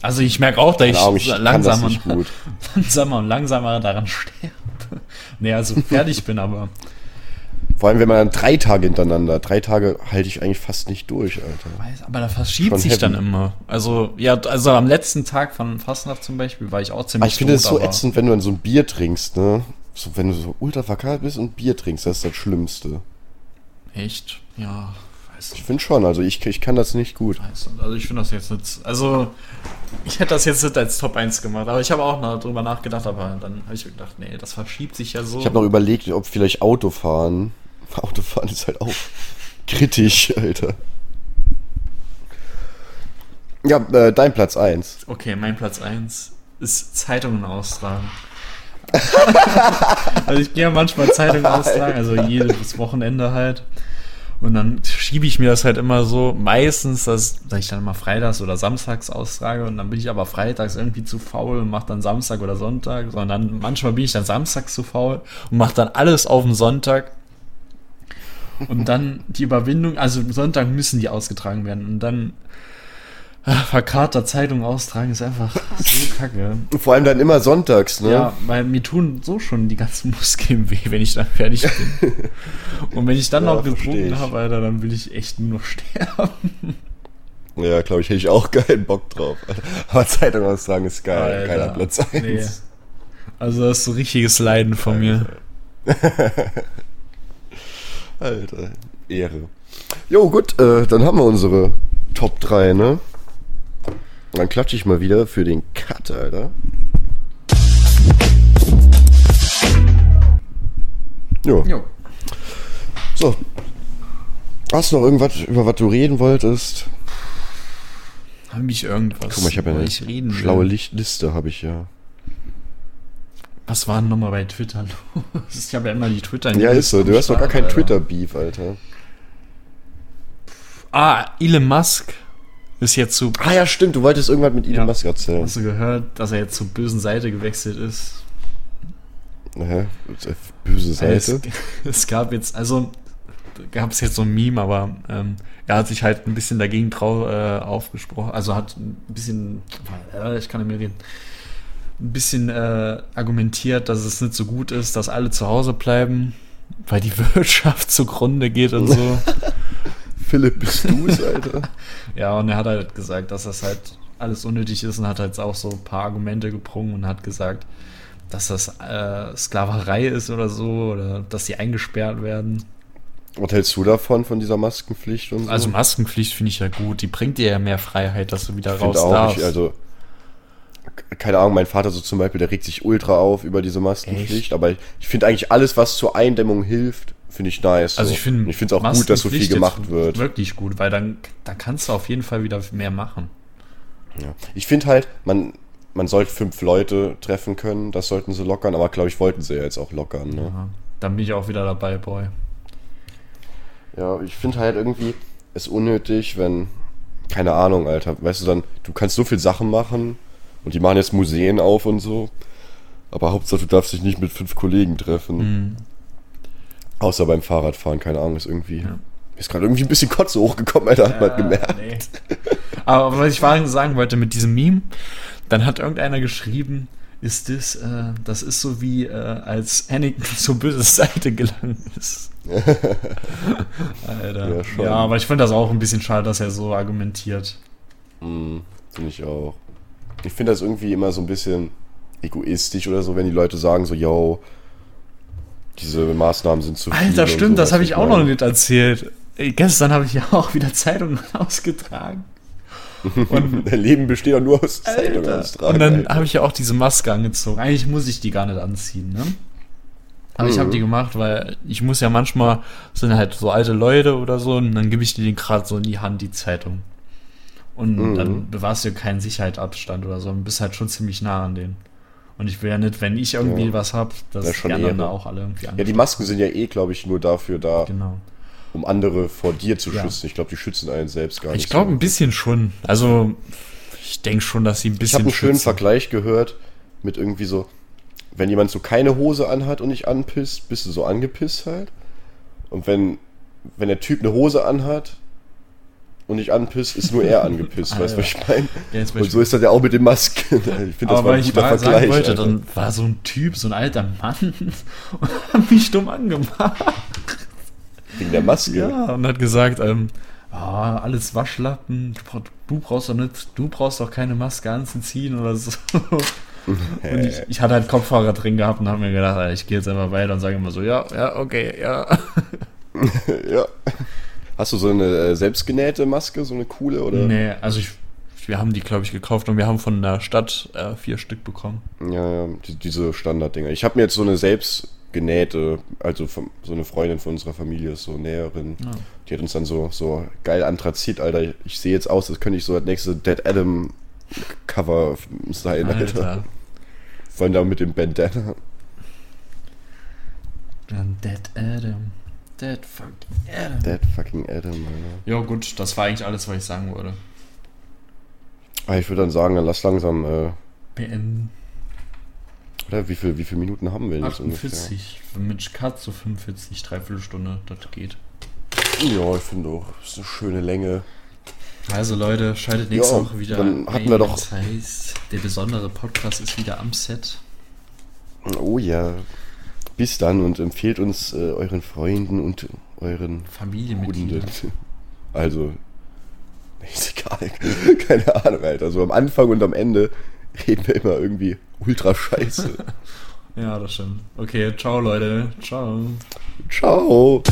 S3: Also ich merke auch, dass ich,
S2: Keine Ahnung, ich kann das
S3: langsamer,
S2: nicht
S3: und,
S2: gut.
S3: langsamer und langsamer daran sterbe. Nee, also fertig bin, aber
S2: Vor allem, wenn man dann drei Tage hintereinander, drei Tage halte ich eigentlich fast nicht durch, Alter.
S3: Weiß, aber da verschiebt
S2: Schon
S3: sich
S2: heavy.
S3: dann immer. Also, ja, also am letzten Tag von Fastnacht zum Beispiel war ich auch
S2: Aber
S3: ziemlich
S2: Ah, ich finde es so
S3: aber-
S2: ätzend, wenn du dann so ein Bier trinkst, ne? So, wenn du so ultra verkalt bist und Bier trinkst, das ist das Schlimmste.
S3: Echt? Ja, weiß
S2: Ich
S3: nicht.
S2: finde schon, also ich, ich kann das nicht gut.
S3: Weiß nicht. Also, ich finde das jetzt nicht. Also, ich hätte das jetzt nicht als Top 1 gemacht, aber ich habe auch noch drüber nachgedacht, aber dann habe ich mir gedacht, nee, das verschiebt sich ja so.
S2: Ich habe noch überlegt, ob vielleicht Autofahren. Autofahren ist halt auch kritisch, Alter. Ja, äh, dein Platz 1.
S3: okay, mein Platz 1 ist Zeitungen austragen. also ich gehe ja manchmal Zeitungen austragen, also jedes Wochenende halt. Und dann schiebe ich mir das halt immer so, meistens, dass, dass ich dann immer freitags oder samstags austrage und dann bin ich aber freitags irgendwie zu faul und mache dann Samstag oder Sonntag, sondern manchmal bin ich dann samstags zu faul und mache dann alles auf den Sonntag. Und dann die Überwindung, also Sonntag müssen die ausgetragen werden und dann ah, verkater Zeitung austragen ist einfach so kacke.
S2: Vor allem dann immer sonntags, ne?
S3: Ja, weil mir tun so schon die ganzen Muskeln weh, wenn ich dann fertig bin. Und wenn ich dann
S2: Ja,
S3: noch
S2: versteh ich.
S3: getrunken habe, Alter, dann will ich echt nur noch sterben.
S2: Ja, glaube ich, hätte ich auch keinen Bock drauf. Aber Zeitung austragen ist geil.
S3: Alter.
S2: Geiler Platz 1.
S3: Nee. Also das ist so richtiges Leiden von mir.
S2: Alter, Ehre. Jo, gut, äh, dann haben wir unsere Top 3, ne? Und dann klatsche ich mal wieder für den Cut, Alter. Jo.
S3: Jo.
S2: So. Hast du noch irgendwas, über was du reden wolltest?
S3: Habe ich irgendwas?
S2: Guck mal, ich habe ja
S3: wo
S2: eine
S3: ich reden
S2: schlaue
S3: will.
S2: Licht- Liste, habe ich ja.
S3: Was war denn nochmal bei Twitter los? Ich habe ja immer die twitter
S2: Ja, ist so. Du hast doch gar keinen
S3: Alter.
S2: Twitter-Beef, Alter.
S3: Ah, Elon Musk ist jetzt zu.
S2: Ah ja, stimmt. Du wolltest irgendwas mit Elon
S3: Ja.
S2: Musk erzählen.
S3: Hast du gehört, dass er jetzt zur bösen Seite gewechselt ist?
S2: Hä? Äh, Böse Seite.
S3: Es, es gab jetzt, also gab es jetzt so ein Meme, aber ähm, er hat sich halt ein bisschen dagegen trau, äh, aufgesprochen, also hat ein bisschen, äh, ich kann nicht mehr reden, ein bisschen äh, argumentiert, dass es nicht so gut ist, dass alle zu Hause bleiben, weil die Wirtschaft zugrunde geht und so.
S2: Philipp, bist du's, Alter?
S3: Ja, und er hat halt gesagt, dass das halt alles unnötig ist und hat halt auch so ein paar Argumente geprungen und hat gesagt, dass das äh, Sklaverei ist oder so oder dass sie eingesperrt werden.
S2: Was hältst du davon, von dieser Maskenpflicht und so?
S3: Also Maskenpflicht finde ich ja gut. Die bringt dir ja mehr Freiheit, dass du wieder
S2: Ich finde
S3: raus
S2: auch,
S3: darfst.
S2: ich, also, keine Ahnung, mein Vater so zum Beispiel, der regt sich ultra auf über diese Maskenpflicht,
S3: Echt?
S2: aber ich, ich finde eigentlich alles, was zur Eindämmung hilft, finde ich nice.
S3: Also
S2: so.
S3: ich finde
S2: Und ich finde es auch gut, dass so viel
S3: Maskenpflicht
S2: gemacht
S3: jetzt
S2: wird.
S3: Wirklich gut, weil dann da kannst du auf jeden Fall wieder mehr machen.
S2: Ja. Ich finde halt, man, man sollte fünf Leute treffen können, das sollten sie lockern, aber glaube ich, wollten sie ja jetzt auch lockern. Ne?
S3: Ja. Dann bin ich auch wieder dabei, Boy.
S2: Ja, ich finde halt irgendwie, es ist unnötig, wenn, keine Ahnung, Alter, weißt du dann, du kannst so viel Sachen machen und die machen jetzt Museen auf und so, aber Hauptsache, du darfst dich nicht mit fünf Kollegen treffen.
S3: Mhm.
S2: Außer beim Fahrradfahren, keine Ahnung, ist irgendwie.
S3: Ja.
S2: Ist gerade irgendwie ein bisschen Kotze hochgekommen, Alter, hat man gemerkt.
S3: Nee. Aber was ich vorhin sagen wollte mit diesem Meme, dann hat irgendeiner geschrieben, ist das, äh, das ist so wie äh, als Anakin zur bösen Seite gelangt ist. Alter.
S2: Ja,
S3: Ja,
S2: schon.
S3: aber ich finde das auch ein bisschen schade, dass er so argumentiert.
S2: Mhm, finde ich auch. Ich finde das irgendwie immer so ein bisschen egoistisch oder so, wenn die Leute sagen so, yo, diese Maßnahmen sind zu viel
S3: Alter,
S2: und
S3: stimmt, das
S2: sowas.
S3: habe ich auch
S2: meine,
S3: noch nicht erzählt. Äh, Gestern habe ich ja auch wieder Zeitungen ausgetragen.
S2: Dein Leben besteht doch nur aus Zeitung
S3: Alter.
S2: austragen.
S3: Und dann
S2: Alter.
S3: habe ich ja auch diese Maske angezogen. Eigentlich muss ich die gar nicht anziehen, ne? Aber ich
S2: Mhm.
S3: habe die gemacht, weil ich muss ja manchmal, sind halt so alte Leute oder so, und dann gebe ich die denen gerade so in die Hand, die Zeitung. Und
S2: Mhm.
S3: dann bewahrst du keinen Sicherheitsabstand oder so und bist halt schon ziemlich nah an denen. Und ich will ja nicht, wenn ich irgendwie
S2: Ja.
S3: was hab, dass
S2: Das ist schon
S3: die anderen
S2: Ehre.
S3: auch alle irgendwie
S2: ja, die Masken sind ja eh, glaube ich, nur dafür da,
S3: Genau.
S2: um andere vor dir zu
S3: Ja.
S2: schützen. Ich glaube, die schützen einen selbst gar nicht.
S3: Ich glaube
S2: so.
S3: ein bisschen schon. Also ich denke schon, dass sie ein
S2: Ich habe
S3: bisschen
S2: einen schönen
S3: schützen.
S2: Vergleich gehört mit irgendwie so, wenn jemand so keine Hose anhat und nicht anpisst, bist du so angepisst halt. Und wenn, wenn der Typ eine Hose anhat und nicht anpisst, ist nur er angepisst, weißt du, was ich meine?
S3: Ja, jetzt bin
S2: Und
S3: ich-
S2: so ist das ja auch mit den Masken. Ich finde, das
S3: Aber
S2: war
S3: weil
S2: ein
S3: ich
S2: guter
S3: mal sagen
S2: Vergleich.
S3: wollte,
S2: Alter.
S3: dann war so ein Typ, so ein alter Mann und hat mich dumm angemacht.
S2: Wegen der Maske.
S3: Ja, und hat gesagt, ähm, ah, alles Waschlappen, du brauch- du brauchst doch nicht, du brauchst doch keine Maske anzuziehen oder so. Und ich, ich hatte halt Kopfhörer drin gehabt und habe mir gedacht, Alter, ich gehe jetzt einfach weiter und sage immer so, ja, ja, okay, ja.
S2: Ja. Hast du so eine äh, selbstgenähte Maske, so eine coole? Oder?
S3: Nee, also ich, wir haben die, glaube ich, gekauft und wir haben von der Stadt äh, vier Stück bekommen.
S2: Ja, ja, die, diese Standarddinger. Ich habe mir jetzt so eine selbstgenähte, also vom, so eine Freundin von unserer Familie ist so Näherin. Die hat uns dann so, so geil anthrazit, Alter. Ich sehe jetzt aus, als könnte ich so das nächste Dead Adam Cover sein, Alter.
S3: Alter.
S2: Vor allem da mit dem Bandana.
S3: Dann Dead Adam. Dead fucking Adam.
S2: That fucking Adam, Alter.
S3: Ja, gut, das war eigentlich alles, was ich sagen wollte.
S2: Ah, ich würde dann sagen, dann lass langsam, äh,
S3: PN
S2: oder wie viel, wie viele Minuten haben wir denn jetzt ungefähr?
S3: 48. Mit Cut zu 45, dreiviertel Stunde, das geht.
S2: Ja, ich finde auch, ist eine schöne Länge.
S3: Also Leute, schaltet nächste
S2: Ja,
S3: Woche wieder
S2: dann hatten wir doch-
S3: Das heißt, der besondere Podcast ist wieder am Set.
S2: Oh ja. Bis dann und empfehlt uns äh, euren Freunden und euren Hunde.
S3: Familienmitglieder.
S2: Also, ist egal. Keine Ahnung, Alter. So am Anfang und am Ende reden wir immer irgendwie ultra scheiße.
S3: Ja, das stimmt. Okay, ciao Leute. Ciao.
S2: Ciao.